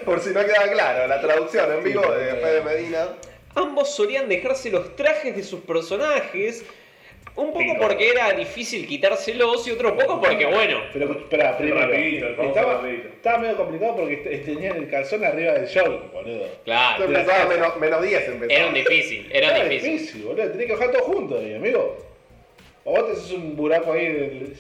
Por si no queda claro, la traducción en vivo de Fede Medina. Ambos solían dejarse los trajes de sus personajes, un poco Pico. porque era difícil quitárselos y otro poco Oh, porque, bueno, Pero espera, primero. Rapidito, el famoso estaba, rapidito. estaba medio complicado porque est- tenían el calzón arriba del jogging, boludo. Yo claro, empezaba menos, menos 10 empezaba. eran difícil, eran Era difícil. difícil, boludo. Tenés que bajar todos juntos, ahí, amigo. O vos te haces un buraco ahí del.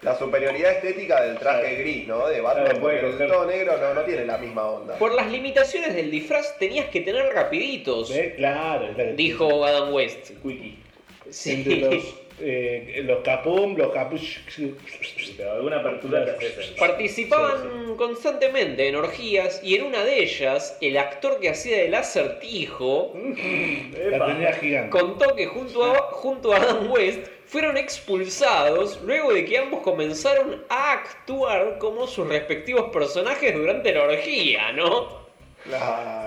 La superioridad estética del traje gris, ¿no? De Batman, Claro, puede porque el coger. todo negro no, no tiene la misma onda. Por las limitaciones del disfraz tenías que tener rapiditos, ¿eh? Claro, es la que- dijo Adam West. Quickie. Entre Sí. los, eh, los capum, los capuch. Pero alguna apertura que haces. Participaban constantemente en orgías y en una de ellas, el actor que hacía del acertijo La tenía gigante. contó que junto a, junto a Adam West fueron expulsados luego de que ambos comenzaron a actuar como sus respectivos personajes durante la orgía, ¿no?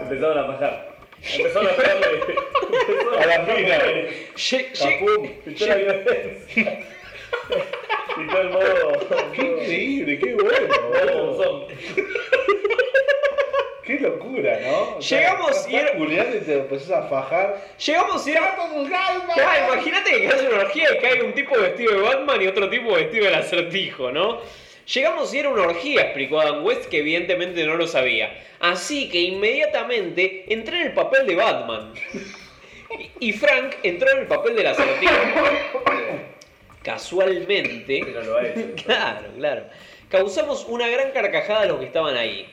Empezaron a pasar. Empezaron a pegarle. Empezaron A la pegarle. mina. Lle- lle- Capum, pichó la violencia. Pichó el modo. ¡Qué increíble! ¡Qué bueno! modo boludo. son. ¡Qué locura, ¿no? Llegamos y era- Julián y te empezás a fajar. llegamos y era... Ya, imagínate que hace una orgía y cae un tipo vestido de Batman y otro tipo vestido del acertijo, ¿no? Llegamos y era una orgía, explicó Adam West, que evidentemente no lo sabía. Así que inmediatamente entré en el papel de Batman. Y y Frank entró en el papel del acertijo. Casualmente. Pero lo ha hecho. Claro, claro. Causamos una gran carcajada a los que estaban ahí.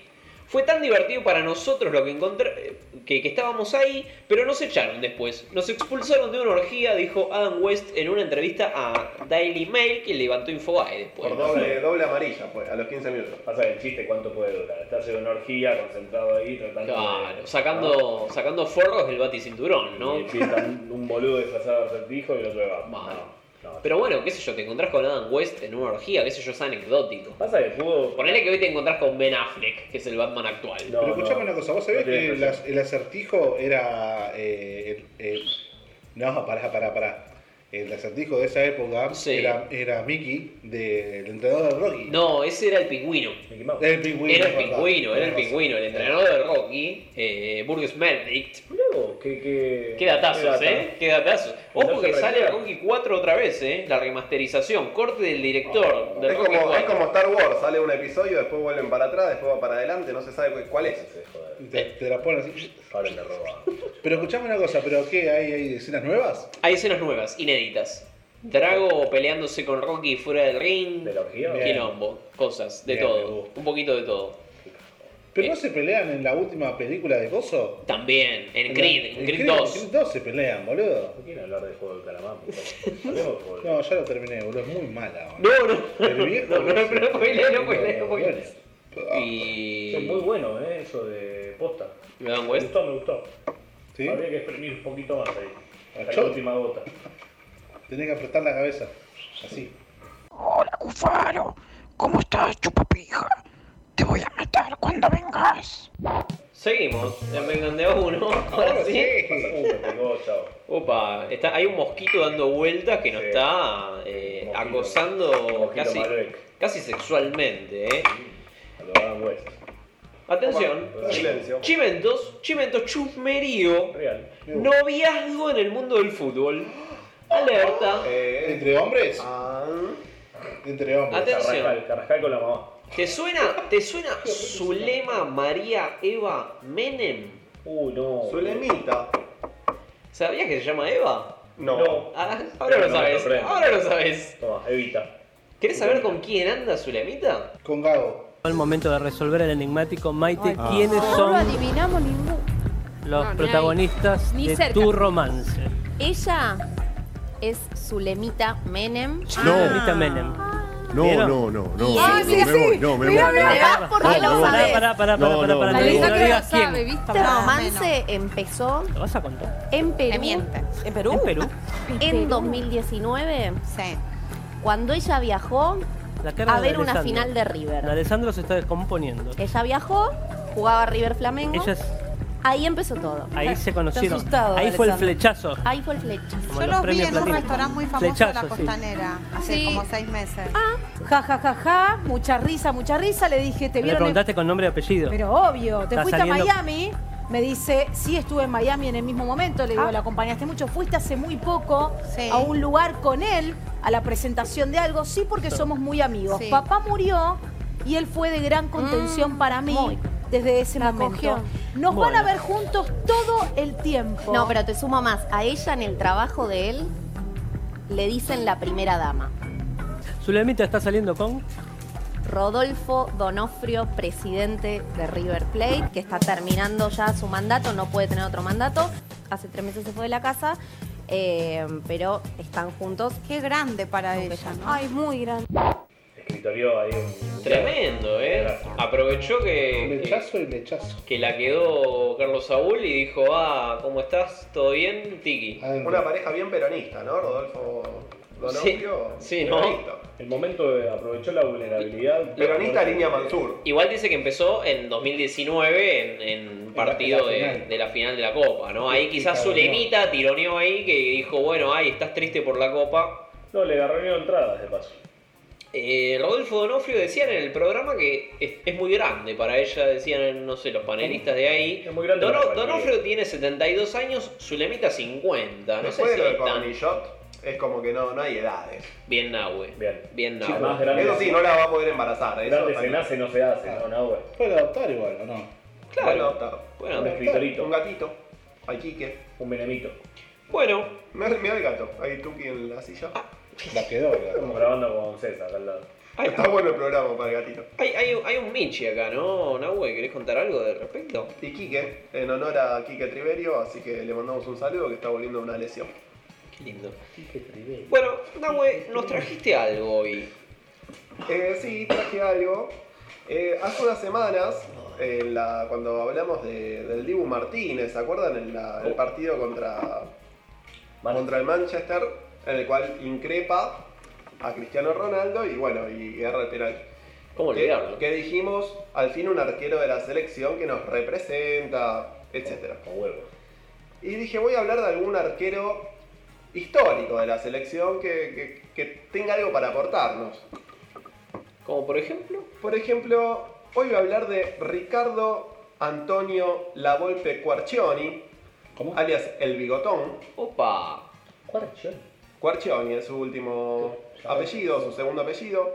Fue tan divertido para nosotros lo que encontré que, que estábamos ahí, pero nos echaron después. Nos expulsaron de una orgía, dijo Adam West en una entrevista a Daily Mail que levantó Infobae después. Por doble, doble amarilla, pues, a los 15 minutos. Pasa que el chiste cuánto puede durar. Estás en una orgía concentrado ahí tratando Claro, de. sacando, sacando forros del baticinturón, ¿no? ¿no? Y pintan un boludo disfrazado de acertijo y el otro de Batman. Mal. No. Pero bueno, qué sé yo, te encontrás con Adam West en una orgía, qué sé yo, es anecdótico. Pasa que pudo. Ponele que hoy te encontrás con Ben Affleck, que es el Batman actual. Pero escuchame una cosa, ¿vos sabés que el, as- el acertijo era. eh, el- el- no, pará, pará, pará. El acertijo de esa época era, era Mickey, del entrenador de Rocky. No, ese era el pingüino. Era el pingüino. Era el es verdad. pingüino, era el Tenés razón. pingüino, el entrenador de Rocky, eh, Burgess Meredith. Qué, qué, Qué datazos, qué data. ¿eh? Qué datazos. Ojo Entonces, que sale reitero. Rocky 4 otra vez, ¿eh? La remasterización, corte del Ah, director de Es Rocky como, es 4. como Star Wars, sale un episodio, después vuelven para atrás, después va para adelante, no se sabe cu- cuál es. Te, te la ponen así. Ahora me roba. Pero escuchame una cosa, ¿pero qué? ¿Hay, hay escenas nuevas? Hay escenas nuevas, inéditas. Drago peleándose con Rocky fuera del ring. De Bien. Quilombo, cosas, de Bien, me todo. Un poquito de todo. ¿Pero no se pelean en la última película de Coso? Eh. También, en Creed, en Creed En 2. Creed 2 se pelean, boludo. quieren hablar del juego del calamar? por favor? Hablemos del juego del- No, ya lo terminé, boludo. Es muy mala. No, no. El viejo. No, no, no, no, spoiler, no, spoiler, no, spoiler. Y... Es muy bueno, ¿eh? Eso de posta. ¿Me dan Me West? gustó, me gustó. ¿Sí? Habría que exprimir un poquito más ahí. Hasta Achó. la última gota. Tenés que apretar la cabeza. Así. Hola, Cufaro. ¿Cómo estás, chupapija? Te voy a matar cuando vengas. Seguimos, en Vengan de a uno. Ahora sí. Opa, está, hay un mosquito dando vueltas que nos está eh, acosando casi, Malbec. casi sexualmente. Eh. A lo Adam West. Atención, Opa, silencio. Chimentos, Chimentos, chusmerío, Real. noviazgo en el mundo del fútbol. Alerta, Eh, Ah. ¿Entre hombres? Entre hombres. Atención. Carrascal, Carrascal con la mamá. ¿te suena, te suena Zulema María Eva Menem? Uy, Uh, no. Zulemita. ¿Sabías que se llama Eva? No. Ah, ahora lo No me sabes, sorprende. ahora lo sabes. Toma, evita. ¿Querés saber con quién anda Zulemita? Con Gago. Al momento de resolver el enigmático, Maite, Ah. ¿quiénes No son lo adivinamos ninguno. los No, ni protagonistas ni de cerca. tu romance? Ella es Zulemita Menem. No. Zulemita Menem. No, ¿Vieron? no, no, no, Sí, no, Ah, sí, me sí. voy, no, me Mira, voy. mira, no. vas No, porque lo no. sabés. Pará, pará, pará, No, pará, no, pará, no. no digas- no digas quién. Este romance empezó ¿Lo vas a contar? en Perú. ¿En Perú? En Perú. En 2019. Cuando ella viajó La cara a de ver una Alessandro. final de La River. de Sandro se está descomponiendo. Ella viajó, jugaba River Flamengo. Ellas Ahí empezó todo. ahí se conocieron. ahí fue el flechazo. Ahí fue el flechazo. Como Yo los los vi premios en un Platino. restaurante muy famoso de la Flechazo, sí. costanera, hace como seis meses. Ah, ja, ja, ja, ja, mucha risa, mucha risa. Le dije, te Le vieron. en- preguntaste con nombre y apellido. Pero obvio, te Está fuiste saliendo- a Miami. Me dice, sí estuve en Miami en el mismo momento. Ah. Le digo, lo acompañaste mucho. Fuiste hace muy poco a un lugar con él, a la presentación de algo. Sí, porque somos muy amigos. Sí. Papá murió y él fue de gran Mm. contención para mí. Desde ese momento. acogió. Nos van a Bueno. ver juntos todo el tiempo. No, pero te sumo más. A ella en el trabajo de él le dicen la primera dama. Zulemita está saliendo con. Rodolfo Donofrio, presidente de River Plate, que está terminando ya su mandato, no puede tener otro mandato. Hace tres meses se fue de la casa, eh, pero están juntos. Qué grande para ella, Ay, muy grande. Escritorió ahí un. Tremendo, ¿eh? Aprovechó que, Soy lechazo. que la quedó Carlos Saúl y dijo, ah, ¿cómo estás? ¿Todo bien? Tiki. Ah, Una pareja bien peronista, ¿no? Rodolfo Donofrio. Sí, ¿no? El momento de- aprovechó la vulnerabilidad. Peronista línea Mansur. Igual dice que empezó en 2019 en, en un partido en la de, final. de la final de la Copa, ¿no? Ahí Sí, quizás claro, Zulemita tironeó ahí que dijo, bueno, ay, estás triste por la Copa. No, le agarraron entradas de paso. Eh, Rodolfo Donofrio decían en el programa que es, es muy grande para ella, decían, no sé, los panelistas de ahí. Es muy grande Dono- para Donofrio tiene 72 años, Zulemita 50. No Después sé de si lo del es tan Pavani Shot, es como que no, no hay edades. bien Nahue. Bien, Nahue. más grande. Eso sí, no la va a poder embarazar. Eso Grande se también. nace, no se hace, no, Nahue. Puede adoptar igual, ¿o no? Claro. Bueno, adoptado. Bueno, un adoptado. escritorito. Un gatito. Ay, Quique. Un menemito. Bueno. Mira el gato. Ahí Tuki en la silla. La quedó, Estamos grabando con César al lado. Está bueno el programa para el gatito. Hay, hay, un- hay un Michi acá, ¿no, Nahue? ¿Querés contar algo de respecto? Y Quique, en honor a Quique Triverio, así que le mandamos un saludo que está volviendo de una lesión. Qué lindo. Bueno, Nahue, nos trajiste algo hoy. Eh, sí, traje algo. Eh, hace unas semanas, en la- cuando hablamos de- del Dibu Oh. Martínez, ¿se acuerdan? En la- el partido contra, contra el Manchester, en el cual increpa a Cristiano Ronaldo y bueno, y erra el penal. ¿Cómo que, olvidarlo? que dijimos, al fin un arquero de la selección que nos representa, etc. Y dije, voy a hablar de algún arquero histórico de la selección que, que- que tenga algo para aportarnos. ¿Como por ejemplo? Por ejemplo, hoy voy a hablar de Ricardo Antonio Lavolpe Quarcioni, alias El Bigotón. Opa. Cuarchón. Quarcioni es su último apellido, su segundo apellido.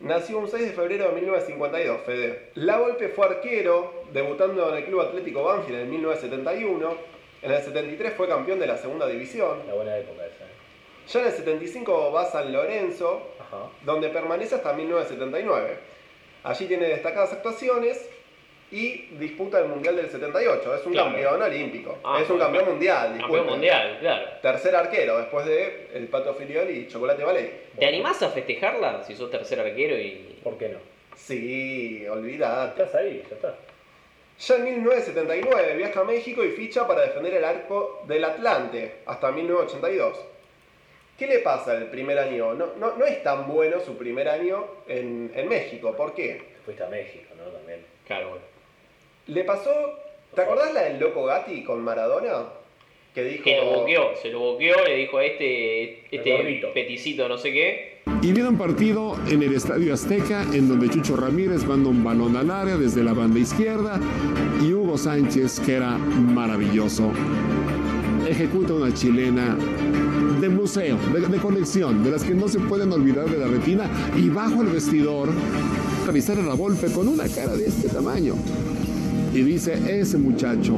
Nació un 6 de febrero de 1952, Fede. La Volpe fue arquero, debutando en el Club Atlético Banfield en 1971. En el 73 fue campeón de la segunda división. La buena época esa. Ya en el 75 va a San Lorenzo, donde permanece hasta 1979. Allí tiene destacadas actuaciones y disputa el Mundial del 78. Es un Claro. campeón olímpico. Ah, es un campeón mundial, Campeón disculpen. mundial, claro. Tercer arquero, después de El Pato Filiol y Chocolate Ballet. ¿Te animás a festejarla si sos tercer arquero y.? ¿Por qué no? Sí, olvidate. Estás ahí, ya está. Ya en 1979 viaja a México y ficha para defender el arco del Atlante hasta 1982. ¿Qué le pasa el primer año? No, no, no es tan bueno su primer año en, en México. ¿Por qué? Fuiste a México, ¿no? También. Claro, bueno. Le pasó. ¿Te acordás la del Loco Gatti con Maradona? Que dijo. Que lo boqueó, se lo boqueó, le dijo a este, El este peticito, no sé qué. Y viene un partido en el Estadio Azteca en donde Chucho Ramírez manda un balón al área desde la banda izquierda y Hugo Sánchez, que era maravilloso, ejecuta una chilena de museo, de, de colección, de las que no se pueden olvidar de la retina y bajo el vestidor revisar a la Volpe con una cara de este tamaño y dice, ese muchacho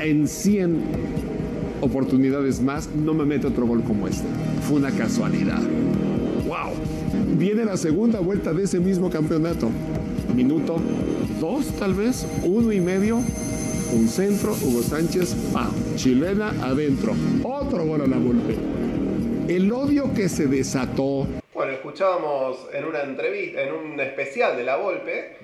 en 100 oportunidades más no me mete otro gol como este. Fue una casualidad. ¡Wow! Viene la segunda vuelta de ese mismo campeonato. Minuto dos, tal vez, uno y medio. Un centro, Hugo Sánchez, pa, chilena adentro. Otro gol a la golpe. El odio que se desató Bueno, escuchábamos en una entrevista, en un especial de La Volpe,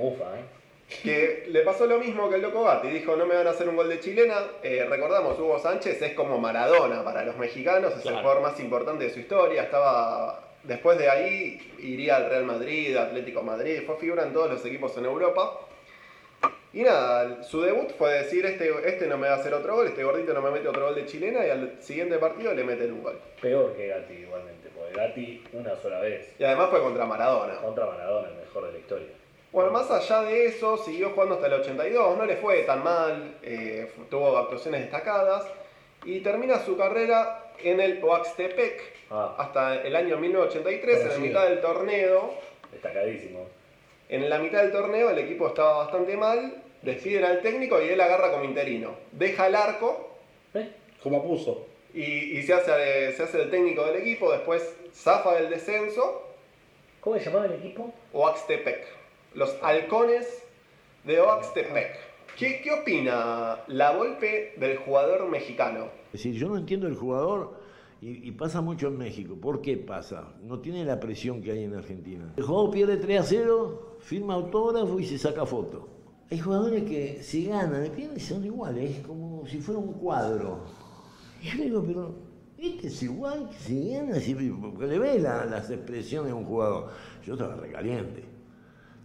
que le pasó lo mismo que el Loco Gatti. Dijo, no me van a hacer un gol de chilena. Eh, recordamos, Hugo Sánchez es como Maradona para los mexicanos, es el Claro. jugador más importante de su historia. Estaba, después de ahí, iría al Real Madrid, Atlético Madrid, fue figura en todos los equipos en Europa. Y nada, su debut fue decir, este, este no me va a hacer otro gol, este gordito no me mete otro gol de chilena y al siguiente partido le meten un gol. Peor que Gatti igualmente, porque Gatti una sola vez. Y además fue contra Maradona. Contra Maradona, el mejor de la historia. Bueno, más allá de eso, siguió jugando hasta el 82, no le fue tan mal, eh, fu- tuvo actuaciones destacadas y termina su carrera en el Oaxtepec hasta el año 1983, en la Conocido. mitad del torneo. Destacadísimo. En la mitad del torneo el equipo estaba bastante mal, deciden al técnico y él agarra como interino. Deja el arco. Como puso. Y, y se, hace, eh, se hace el técnico del equipo, después zafa del descenso. ¿Cómo se llamaba el equipo? Oaxtepec. Los halcones de Oaxtepec. ¿Qué, qué opina la golpe del jugador mexicano? Es decir, yo no entiendo el jugador y, y pasa mucho en México. ¿Por qué pasa? No tiene la presión que hay en Argentina. El jugador pierde 3 a 0, firma autógrafo y se saca foto. Hay jugadores que si ganan y pierden son iguales, es como si fuera un cuadro. Y yo le digo, pero este es igual que si gana, si- porque le ves la- las expresiones de un jugador. Yo estaba recaliente.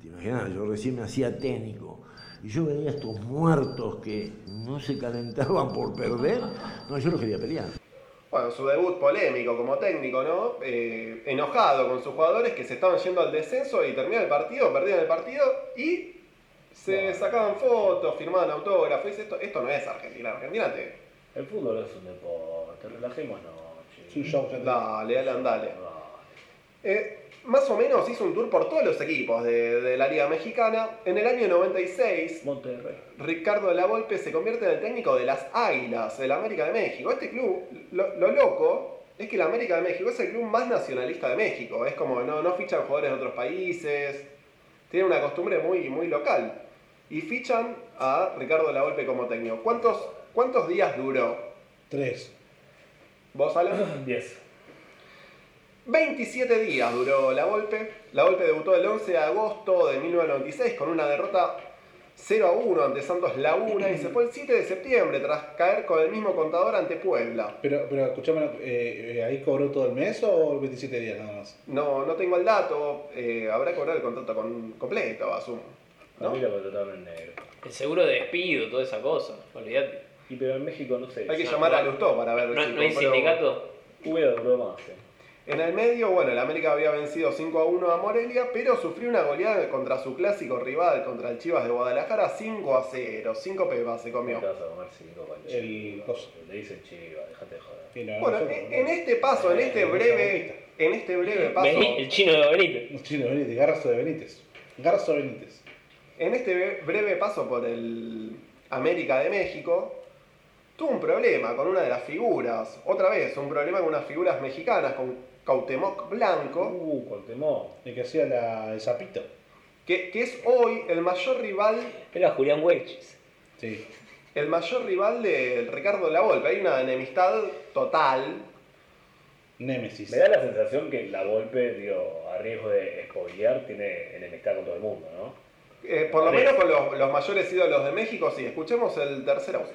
Te imaginas, yo recién me hacía técnico. Y yo veía a estos muertos que no se calentaban por perder. No, yo los quería pelear. Bueno, su debut polémico como técnico, ¿no? Eh, enojado con sus jugadores que se estaban yendo al descenso y termina el partido, perdían el partido y se sacaban fotos, firmaban autógrafos. Dice, Esto, esto no es Argentina, Argentina te, El fútbol es un deporte, relajémonos. Sí, Dale, dale, andale. Eh, más o menos hizo un tour por todos los equipos de, de la Liga Mexicana. En el año 96, Ricardo Lavolpe se convierte en el técnico de las Águilas del América de México. Este club, lo, lo loco, es que el América de México es el club más nacionalista de México. Es como no, no fichan jugadores de otros países. Tiene una costumbre muy, muy local. Y fichan a Ricardo Lavolpe como técnico. ¿Cuántos, cuántos días duró? Tres. ¿Vos, Alan? 10. 27 días duró la golpe. La golpe debutó el 11 de agosto de 1996 con una derrota 0 a 1 ante Santos Laguna y se fue el 7 de septiembre tras caer con el mismo contador ante Puebla. Pero, pero escuchame, eh, eh, ¿ahí cobró todo el mes o 27 días nada más? No, no tengo el dato, eh, habrá que cobrar el contrato con- completo, asumo. A mí lo contrataron en negro. El seguro de despido, toda esa cosa. Olvídate. Y pero en México no sé. Hay que llamar a Lustó para ver No, si no hay compró- sindicato. Hubiera durado más. En el medio, bueno, el América había vencido 5 a 1 a Morelia, pero sufrió una goleada contra su clásico rival, contra el Chivas de Guadalajara, 5 a 0. 5 pepas se comió. Te vas a comer cinco con El coso. Le dicen chiva, dejate de joder. Bueno, en, en este paso, en este breve, en este breve paso, Vení, el chino de Benítez. El chino de Benítez, Garzo de Benítez. Garzo de Benítez. en este bre- breve paso por el América de México, tuvo un problema con una de las figuras. Otra vez, un problema con unas figuras mexicanas, con Cautemoc Blanco. Uh, Cautemoc, el que hacía la, el zapito. Que, que es hoy el mayor rival. Era Julián Welches. Sí. El mayor rival de Ricardo Lavolpe. Hay una enemistad total. Némesis. Me da la sensación que la golpe, digo, a riesgo de spoilear, tiene enemistad con todo el mundo, ¿no? Eh, por lo Sí. menos con los, los mayores ídolos de México, sí. Escuchemos el tercer audio.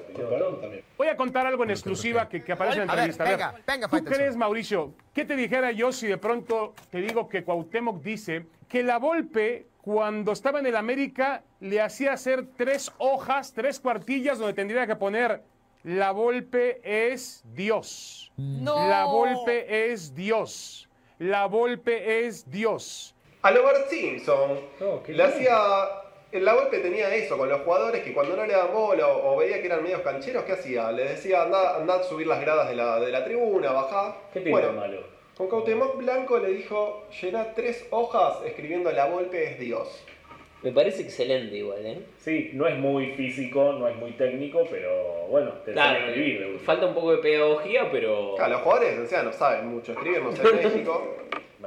Voy a contar algo en exclusiva que, que aparece en la A ver, entrevista. A ver, venga, venga, ¿Tú Faitelson. crees, Mauricio, qué te dijera yo si de pronto te digo que Cuauhtémoc dice que la Volpe, cuando estaba en el América, le hacía hacer tres hojas, tres cuartillas donde tendría que poner la Volpe es Dios. No. La Volpe es Dios. La Volpe es Dios. A lo Bart Simpson. Oh, Le hacía. La golpe tenía eso con los jugadores que cuando no le daban bola o, o veía que eran medios cancheros, ¿qué hacía? Les decía, andá, andá a subir las gradas de la, de la tribuna, bajá. ¿Qué tiene de malo? Con Cautemoc Blanco le dijo, llená tres hojas escribiendo La golpe es Dios. Me parece excelente igual, ¿eh? Sí, no es muy físico, no es muy técnico, pero bueno, te enseña a Claro, vivir. de última. falta un poco de pedagogía, pero. Claro, los jugadores o sea, no saben mucho escribir, no sé, en México.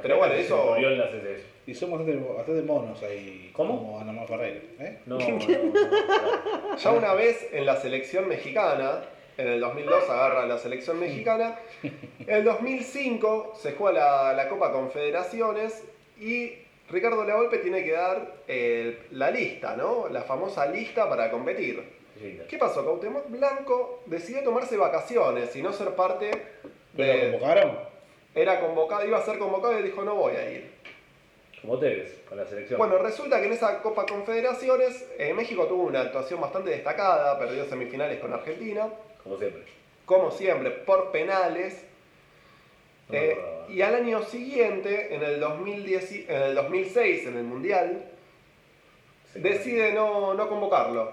Pero bueno, que eso- se murió en la CCS. Y somos bastante, bastante monos ahí. ¿Cómo? Como Ana María Ferreira. ¿eh? No, Ya una vez en la selección mexicana, en el 2002 agarra la selección mexicana, en el 2005 se juega la, la Copa Confederaciones y Ricardo Lavolpe tiene que dar eh, la lista, ¿no? La famosa lista para competir. ¿Qué pasó? Cautemoc Blanco decidió tomarse vacaciones y no ser parte ¿Pero lo convocaron? Era convocado, iba a ser convocado y dijo no voy a ir. Como te ves con la selección. Bueno, resulta que en esa Copa Confederaciones eh, México tuvo una actuación bastante destacada, perdió semifinales con Argentina, como siempre. como siempre, por penales. No me Eh, acordaba. y al año siguiente, en el, 2010 en el 2006, en el Mundial, decide no, no convocarlo.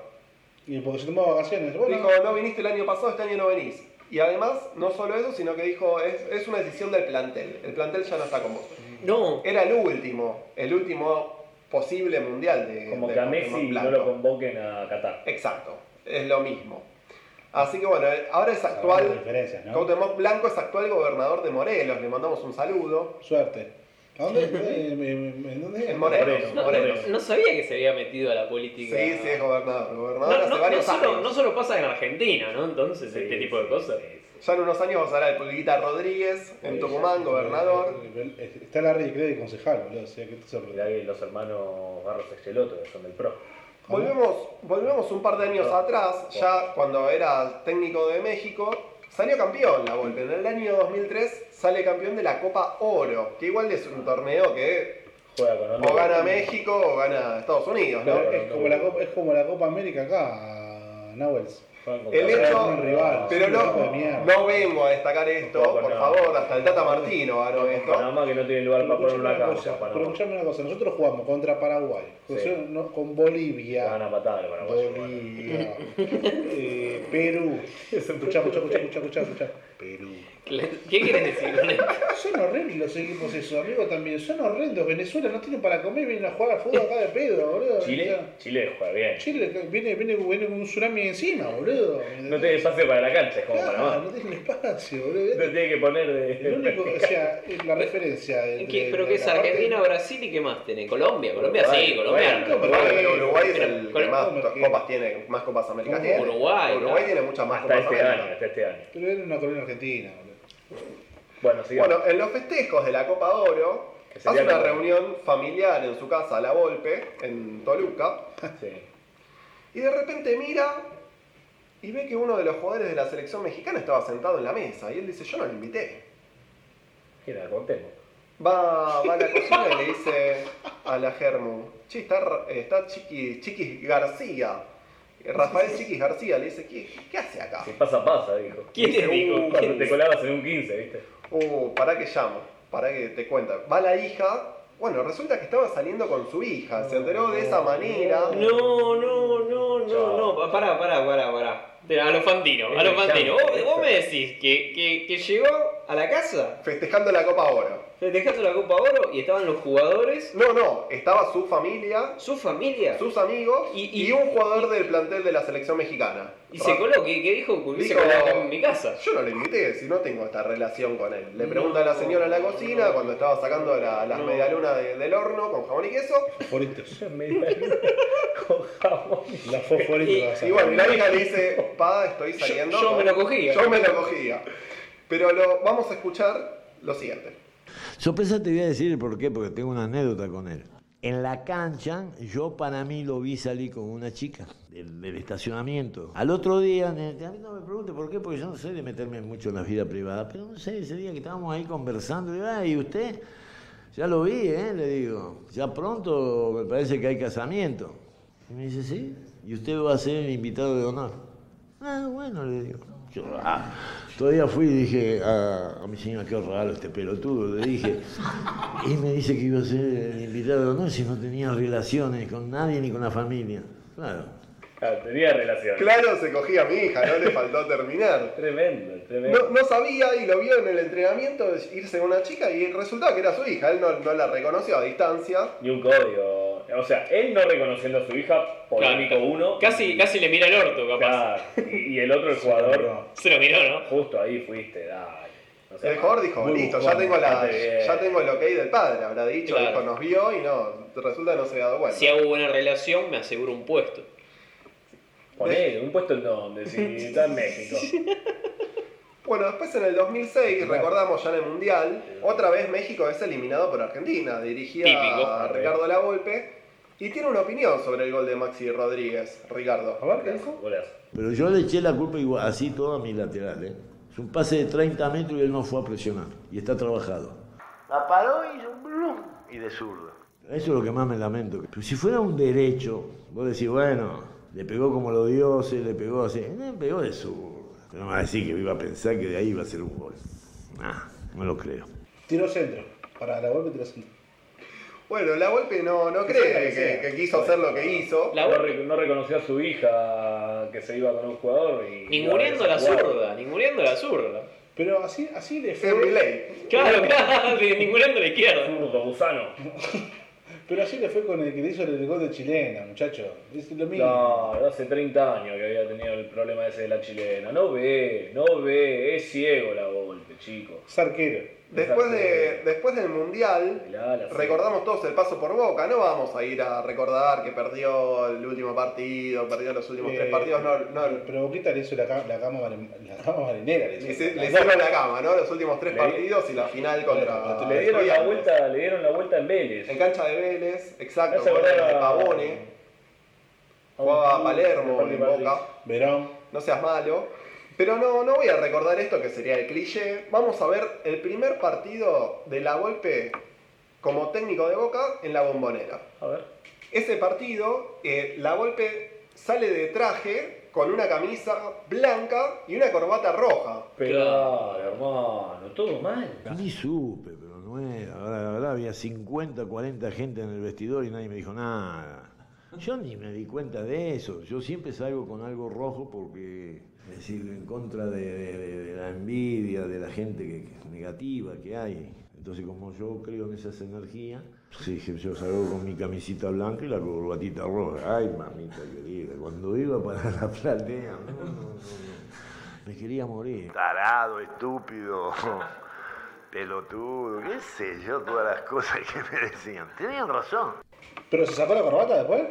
Y porque se tomó vacaciones. Bueno, Dijo, no viniste el año pasado, este año no venís. Y además, no solo eso, sino que dijo, es, es una decisión del plantel. El plantel ya no está con vos. No. Era el último, el último posible mundial de Como de que a Cuauhtémoc Messi no Blanco. lo convoquen a Qatar. Exacto, es lo mismo. Así que bueno, ahora es actual. diferencias, ¿no? Cautemoc Blanco es actual gobernador de Morelos, le mandamos un saludo. Suerte. ¿A dónde? Eh, em, em, ¿En dónde? En Morelos, No, Morelos. no sabía que se había metido a la política. Sí, sí, es gobernador. No, Gobernador no, hace no varios solo, años. no solo pasa en Argentina, ¿no? Entonces, este tipo de cosas. Ya en unos años va a el Pulguita Rodríguez, en Tucumán, gobernador. Eh, Está la red creo y concejal, boludo. O sea, que te sorprende. Los hermanos Barros Esteloto, que son del PRO. Volvemos, volvemos un par de años atrás, ya cuando era técnico de México, salió campeón la Volpe. En el año 2003 sale campeón de la Copa Oro, que igual es un torneo que Juega con o gana México o gana Estados Unidos, ¿no? Pero es, como la Copa, es como la Copa América acá, Nahuels. El hecho, rival, pero sí, no, equipo de mierda. no vengo a destacar esto, por favor, hasta el Tata Martino ganó Nada esto. más que no tiene lugar para poner Escuchame una una cancha. cosa, pero escuchame una cosa, nosotros jugamos contra Paraguay, Sí. nosotros no- con Bolivia, Bolivia, eh, Perú, escuchá, escuchá, escuchá, escuchá, escuchá, escuchá. Perú. ¿Qué quieres decir con esto? Son horrendos los equipos esos, amigos también, son horrendos, Venezuela no tiene para comer, vienen a jugar al fútbol acá de pedo, boludo. Chile, Chile juega bien. Chile viene, viene, viene con un tsunami encima, boludo. No tiene espacio para la cancha, es como Claro, Panamá. no tiene espacio, boludo. No tiene que poner de. El único, o sea, eh, la referencia de, ¿Qué- de- ¿Pero de qué es la parte- Argentina, Brasil y qué más tiene? Colombia, Colombia Uruguay, sí, Colombia. Uruguay, Uruguay, Uruguay es el que más copas tiene, más copas América tiene. Uruguay, Uruguay claro. tiene muchas más Hasta copas este América. año, hasta este año. Pero era una colonia argentina, boludo. Bueno, sigamos. Bueno, en los festejos de la Copa Oro, Que hace sería una como- reunión familiar en su casa, La Volpe, en Toluca. Sí. Y de repente mira y ve que uno de los jugadores de la selección mexicana estaba sentado en la mesa. Y él dice, yo no lo invité. Mira, contemos. Va, va a la cocina y le dice a la Germu, che, está, Ra- está Chiqui- Chiquis García. Rafael Chiquis García le dice, ¿qué, qué hace acá? Si pasa, pasa, dijo. ¿Quién es, Dice, dijo? "Uh, ¿Quién Cuando te es?" colabas en un 15, ¿viste? Uh, para que llamo, para que te cuenta. Va la hija, bueno, resulta que estaba saliendo con su hija, se enteró de esa manera. No, no, no, no, no. Pará, pará, pará, pará. Te- A los Fantino, Este a los Fantino. ¿Vos, vos me decís que, que- que llegó a la casa. Festejando la Copa Oro. Festejando la Copa Oro y estaban los jugadores. No, no, estaba su familia. ¿Su familia? Sus amigos y, un jugador del plantel de la selección mexicana. Y se coló, ¿qué, qué dijo? Se Dijo, coló acá en mi casa. Yo no le invité, si no tengo esta relación con él. Le No. pregunta a la señora en la cocina cuando estaba sacando la- las No. medialunas de- del horno con jamón y queso. Fosforitos. La fosforitos vas a Y bueno, y la sacar. hija le dice, pa, estoy saliendo. yo con- me lo cogía. Yo me lo cogía. Pero lo, vamos a escuchar lo siguiente. Sorpresa te voy a decir el por qué, porque tengo una anécdota con él. En la cancha, yo para mí lo vi salir con una chica del, del estacionamiento. Al otro día, en el- a mí no me pregunte por qué, porque yo no sé de meterme mucho en la vida privada, pero no sé, ese día que estábamos ahí conversando, y, "Ah, y usted, ya lo vi, ¿eh? le digo, ya pronto me parece que hay casamiento. Y me dice, sí, y usted va a ser el invitado de honor. Ah, bueno, le digo. Yo, ah, todavía fui y dije a, a mi señora, qué raro este pelotudo, le dije. Y me dice que iba a ser el invitado de honor si no tenía relaciones con nadie ni con la familia. Claro. Ah, tenía relación. Claro, se cogía a mi hija, no le faltó terminar. Tremendo, tremendo. No, no sabía y lo vio en el entrenamiento irse con una chica y resultaba que era su hija. Él no, no la reconoció a distancia. Ni un código. O sea, él no reconociendo a su hija, polémico Claro. uno. Casi, casi le mira el orto, capaz. Claro. Y, y el otro, el jugador. Se lo miró, ¿no? Justo ahí fuiste, dale. O sea, El jugador dijo, muy listo, ya buscón, tengo, la, bastante bien. ya tengo el ok del padre, habrá dicho, Claro. dijo, nos vio y no, resulta que no se había dado cuenta. Si hago buena relación, me aseguro un puesto. Ponele, un puesto en donde, si está en México. Bueno, después en el 2006, recordamos ya en el Mundial, otra vez México es eliminado por Argentina, dirigía Típico. a Ricardo Lavolpe y tiene una opinión sobre el gol de Maxi Rodríguez. Ricardo, a ver qué dijo. Pero yo le eché la culpa igual, así todo a mi lateral, ¿eh? Es un pase de 30 metros y él no fue a presionar. Y está trabajado. La paró y hizo un blum. Y de zurdo. Eso es lo que más me lamento. Pero si fuera un derecho, vos decís, bueno, le pegó como los dioses, le pegó así. No, le pegó de su. Pero no me va a decir que iba a pensar que de ahí iba a ser un gol. Nah, no lo creo. Tiró centro. Para la golpe tiró centro. Bueno, Lavolpe no, no Sí, cree sí, que, sí. que quiso hacer lo que hizo. no, re- no reconoció a su hija que se iba con un jugador y. Ninguneando a la zurda, ninguneando a la zurda. Pero así, así de fue. Claro, claro, de- ninguneando a la izquierda. Zurdo, gusano. Pero así le fue con el que le hizo el gol de chilena, muchacho. Es lo mismo. No, no, hace 30 años que había tenido el problema ese de la chilena. No ve, no ve, es ciego la golpe, chico. Es arquero. Después, de, después del Mundial, recordamos todos el paso por Boca. No vamos a ir a recordar que perdió el último partido, perdió los últimos tres partidos. No, no. Eh, Pero Boquita le hizo la, ca- la cama maren- la cama marinera. le hice- le hicieron la cama, ¿no? Los últimos tres Le- partidos y la final contra... Le dieron la Estudiantes. vuelta, le dieron la vuelta en Vélez. En cancha de Vélez, No exacto, se goles de acordaba- Pavone. Jugaba a Palermo Pablo en Ibarri. Boca. Verón. No seas malo. Pero no, no voy a recordar esto que sería el cliché. Vamos a ver el primer partido de la golpe como técnico de Boca en la bombonera. A ver. Ese partido, eh, la golpe sale de traje con una camisa blanca y una corbata roja. Pero, hermano, todo mal. Ni supe, pero no era. Ahora, la verdad, había 50, 40 gente en el vestidor y nadie me dijo nada. Yo ni me di cuenta de eso. Yo siempre salgo con algo rojo porque, es decir, en contra de, de- de- de la envidia, de la gente que, que- negativa que hay. Entonces, como yo creo en esas energías, sí, dije, yo salgo con mi camisita blanca y la corbatita roja. Ay, mamita querida, cuando iba para la platea, no, no, no, no. me quería morir. Tarado, estúpido. Pelotudo, qué sé yo, todas las cosas que me decían. Tenían razón. ¿Pero se sacó la corbata después?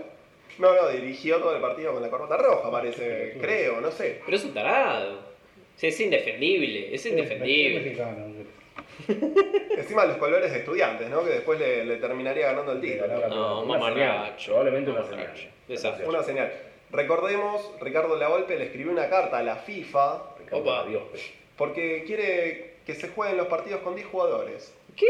No, no, dirigió todo el partido con la corbata roja, parece, creo, no sé. Pero es un tarado. O sea, es indefendible, es indefendible. Ah, Encima los colores de estudiantes, ¿no? Que después le, le terminaría ganando el título. No, mamarracho. Probablemente una señal. Una señal. Recordemos, Ricardo Lavolpe le escribió una carta a la FIFA Opa, Dios. porque quiere que se jueguen los partidos con 10 jugadores. ¿Qué?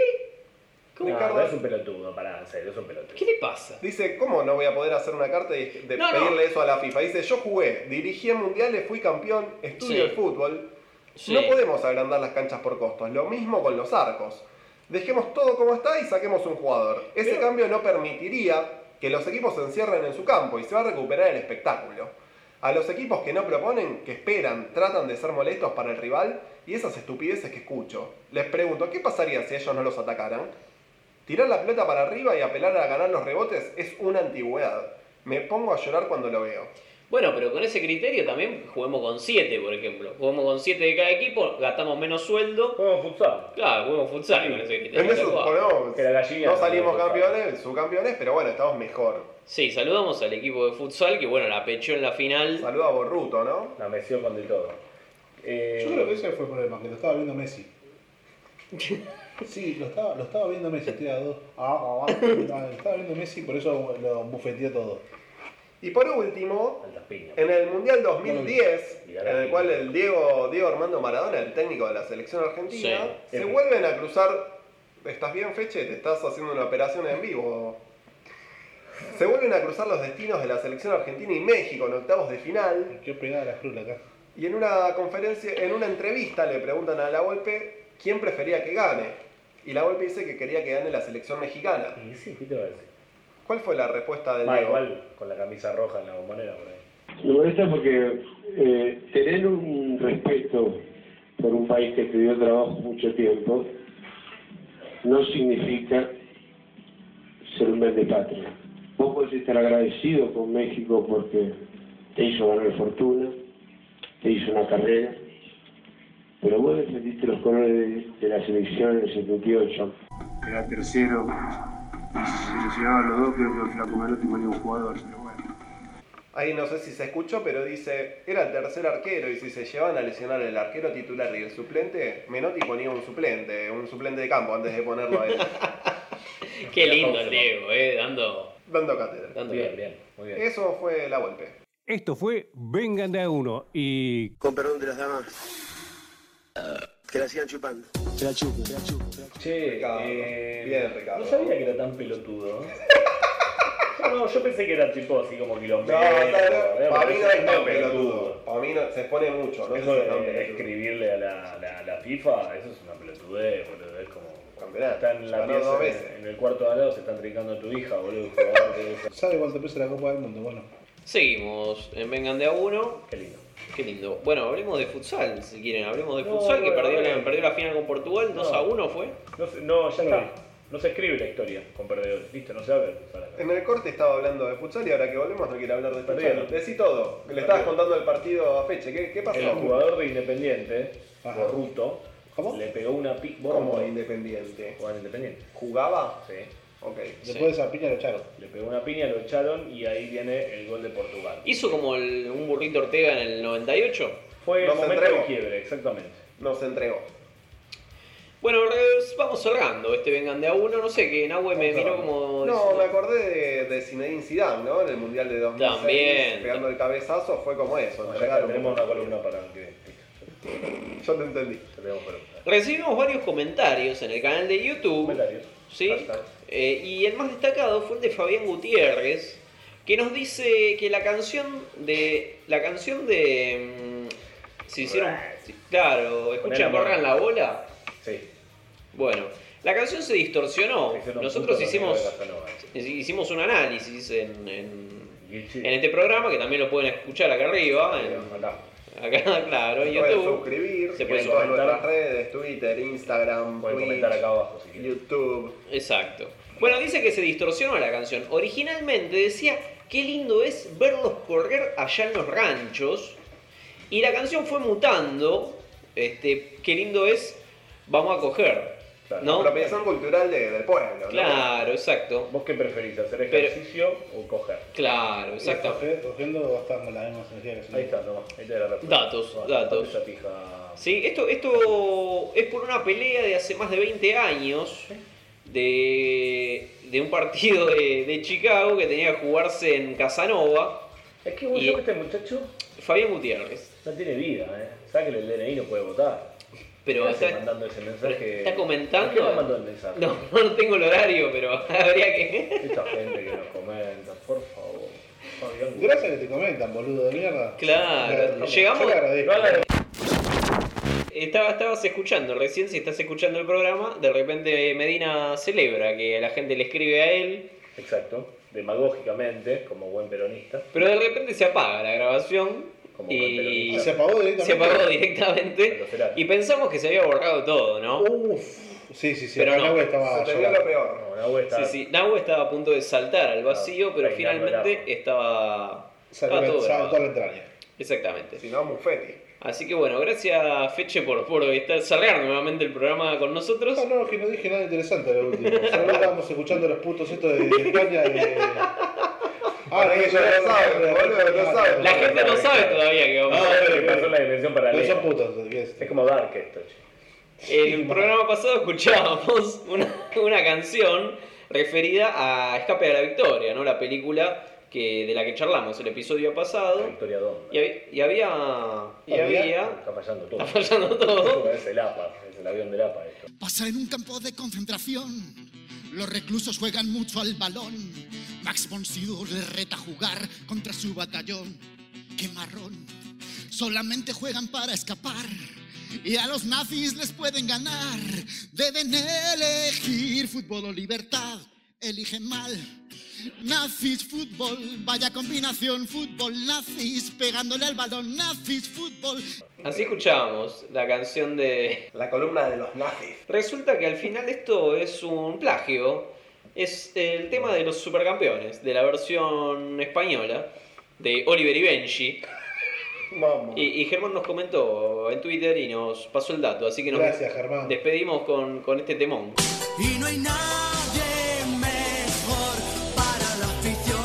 No, no es un pelotudo, pará, en serio, es un pelotudo. ¿Qué le pasa? Dice, ¿cómo no voy a poder hacer una carta y de No, no. pedirle eso a la FIFA? Dice, yo jugué, dirigí en mundiales, fui campeón, estudio Sí. el fútbol. Sí. No podemos agrandar las canchas por costos. Lo mismo con los arcos. Dejemos todo como está y saquemos un jugador. Ese cambio no permitiría que los equipos se encierren en su campo y se va a recuperar el espectáculo. A los equipos que no proponen, que esperan, tratan de ser molestos para el rival y esas estupideces que escucho. Les pregunto, ¿qué pasaría si ellos no los atacaran? Tirar la pelota para arriba y apelar a ganar los rebotes es una antigüedad. Me pongo a llorar cuando lo veo. Bueno, pero con ese criterio también juguemos con 7, por ejemplo. Juguemos con 7 de cada equipo, gastamos menos sueldo. Juguemos futsal. Claro, juguemos futsal con ese criterio. En eso tal cual. ponemos- Eh, Que la gallina no no salimos puede campeones, subcampeones, pero bueno, estamos mejor. Sí, saludamos al equipo de futsal que, bueno, la pechó en la final. Saluda a Borruto, ¿no? La meció con del todo. Eh, Yo creo que ese fue el problema, que lo estaba viendo Messi. Sí, lo estaba, lo estaba viendo Messi, estoy a dos. Ah, ah, ah. Lo estaba viendo Messi, por eso lo bufeteé todo. Y por último, en el Mundial 2010, en el cual el Diego, Diego Armando Maradona, el técnico de la selección argentina, Sí. se vuelven a cruzar. ¿Estás bien, Feche? Te estás haciendo una operación en vivo. Se vuelven a cruzar los destinos de la selección argentina y México en octavos de final. Qué pegada la frula acá. Y en una conferencia, en una entrevista le preguntan a La Volpe quién prefería que gane. Y La Volpe dice que quería que gane la selección mexicana. ¿Qué te va a decir? ¿Cuál fue la respuesta del Va Diego? igual con la camisa roja en la bombonera por ahí. Me molesta porque eh, tener un respeto por un país que te dio trabajo mucho tiempo no significa ser un de patria. Vos podés estar agradecido con México porque te hizo ganar fortuna, te hizo una carrera, pero vos defendiste los colores de, de la selección en el 78. Era tercero, y si se lesionaban los dos, creo que el Flaco Menotti ponía un jugador. pero bueno. Ahí no sé si se escuchó, pero dice, era el tercer arquero y si se llevan a lesionar el arquero titular y el suplente, Menotti ponía un suplente, un suplente de campo antes de ponerlo a él. Qué lindo el Diego, eh, dando. Dando cátedra. Dando bien, bien, muy bien. Eso fue la golpe. Esto fue Vengan de a uno y. Con perdón de las damas, que la sigan chupando. Te la chupo, te la chupo. Che, eh, No sabía que era tan pelotudo. No, no, yo pensé que era tipo así como quilombero. No, eh, para mí no pero es tan pelotudo. Para mí no, se expone mucho. No sé si Eso es tan de pelotudo. escribirle a la, la- la FIFA, eso es una pelotudez, boludo. Es como. Campeonato. Está en la Ganó dos veces. pieza, en el cuarto de al lado, se están trincando a tu hija, boludo. jugador de esa. ¿Sabe cuánto pesa la Copa del Mundo? Bueno, Seguimos en Vengan de a uno. Qué lindo. Qué lindo. Bueno, hablemos de futsal, si quieren. Hablemos de No, futsal, que bueno, perdió, bueno. la, perdió la final con Portugal, 2 a 1 fue. No, se- no, ya está. No se escribe la historia con perdedores. Listo, no se habla. de futsal acá. En el corte estaba hablando de futsal y ahora que volvemos no quiere hablar de futsal. Perdieron. Decí todo. Le estabas contando el partido a Feche. ¿Qué, qué pasó? El jugador de Independiente, Borruto, le pegó una pica. ¿Cómo de Independiente? Jugaba en Independiente. ¿Jugaba? Sí. Ok. después de esa piña lo echaron. Le pegó una piña, lo echaron y ahí viene el gol de Portugal. Hizo como el- un burrito Ortega en el 98. Fue el Nos momento entregó. de quiebre, exactamente. Nos entregó. Bueno, Reus, vamos cerrando este Vengan de a uno. No sé, que Nahue me miró como... No, me acordé de, de Zinedine Zidane, ¿no? En el Mundial de 2006. También. Pegando el cabezazo fue como eso. Ya entregaron. tenemos una columna para que Yo te entendí. Recibimos varios comentarios en el canal de YouTube. ¿sí? Eh, y el más destacado fue el de Fabián Gutiérrez, que nos dice que la canción de. La canción de. mm, se hicieron. sí, Claro, escuchan, Poné la corran la mano. bola. Sí. Bueno, la canción se distorsionó. Nosotros putos hicimos. los amigos de Hicimos un análisis en, en- en este programa que también lo pueden escuchar acá arriba. en- acá, claro, en Se pueden YouTube. suscribir, Se se pueden pueden todas comentar. nuestras redes, Twitter, Instagram, Twitch, YouTube. Exacto. Bueno, dice que se distorsionó la canción. Originalmente decía, qué lindo es verlos correr allá en los ranchos. Y la canción fue mutando. Este, qué lindo es, vamos a coger. ¿no? Apropiación cultural de- del pueblo, ¿no? Claro, exacto. ¿Vos qué preferís, hacer Pero- ejercicio o coger? Claro, exacto. eh, Cogiendo gastamos la misma energía que se Ahí está, no, ahí te la respuesta. Datos, Bueno, datos. esa pija. Sí, esto, esto es por una pelea de hace más de 20 años de, de un partido de, de Chicago que tenía que jugarse en Casanova. Es que vos Y- yo que este muchacho Fabián Gutiérrez. no tiene vida, ¿eh? Sabe que el DNI no puede votar. Pero ¿Qué hace está- mandando ese mensaje. está ¿Por qué comentando. no mandó el mensaje? No, no tengo el horario, pero habría que. Esta gente que nos comenta, por favor. Fabián. Gracias que te comentan, boludo de mierda. Claro, Yo llegamos. le agradezco. Estaba, estabas escuchando, recién si estás escuchando el programa, de repente Medina celebra que la gente le escribe a él. Exacto, demagógicamente, como buen peronista. Pero de repente se apaga la grabación. y peronista. Ah, se apagó directamente. Se apagó directamente. Y pensamos que se había borrado todo, ¿no? sí, sí, sí. Pero no. Nahue estaba Se te llorando. vio lo Sí, sí. Nahue estaba a punto de saltar al vacío, pero peinando finalmente estaba. Salió estaba la- todo salió grabado. toda la entraña. Exactamente. Si no, Muffetti. Así que bueno, gracias Feche por, por estar, cerrar nuevamente el programa con nosotros. Ah, No, no, que no dije nada interesante a lo último. Solo estábamos escuchando los putos estos de, de España de. Ah, Para que yo no sabe, boludo, no sabe. La gente no sabe todavía que vamos a No, hacer. pero que pasó en la dimensión paralela. No son Es como Dark esto, che. El programa pasado escuchábamos una, una canción referida a Escape de la Victoria, ¿no? La película que, de la que charlamos el episodio pasado. Victoria Don. Y, hab- y había. Y había. Está fallando todo. Está fallando todo. es el APA, es el avión del APA esto. Pasa en un campo de concentración. Los reclusos juegan mucho al balón. Max von Sydow les reta a jugar contra su batallón. ¡Qué marrón! Solamente juegan para escapar. Y a los nazis les pueden ganar. Deben elegir fútbol o libertad. Eligen mal. Nazis, fútbol. Vaya combinación. Fútbol, nazis. Pegándole al balón. Nazis, fútbol. Así escuchábamos la canción de. La columna de los nazis. Resulta que al final esto es un plagio. Es el tema de los supercampeones, de la versión española, de Oliver y Benji. Y, y Germán nos comentó en Twitter y nos pasó el dato, así que nos Gracias, Germán. despedimos con, con este temón. Y no hay nadie mejor para la afición.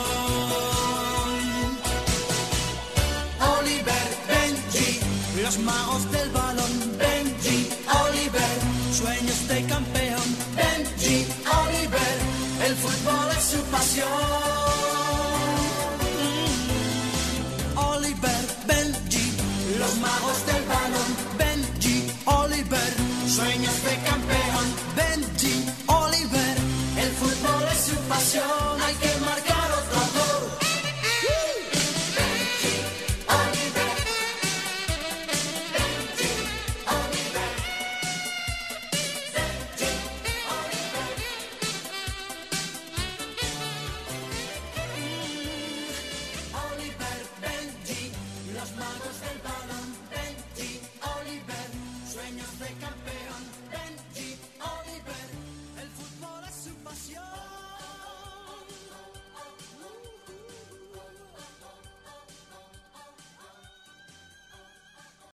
Oliver, Benji, los magos del balón. Benji, Oliver, sueños de campeón. Benji, Oliver, el fútbol es su pasión. Mm. Oliver, Benji, los magos del balón. Benji, Oliver, sueños de campeón.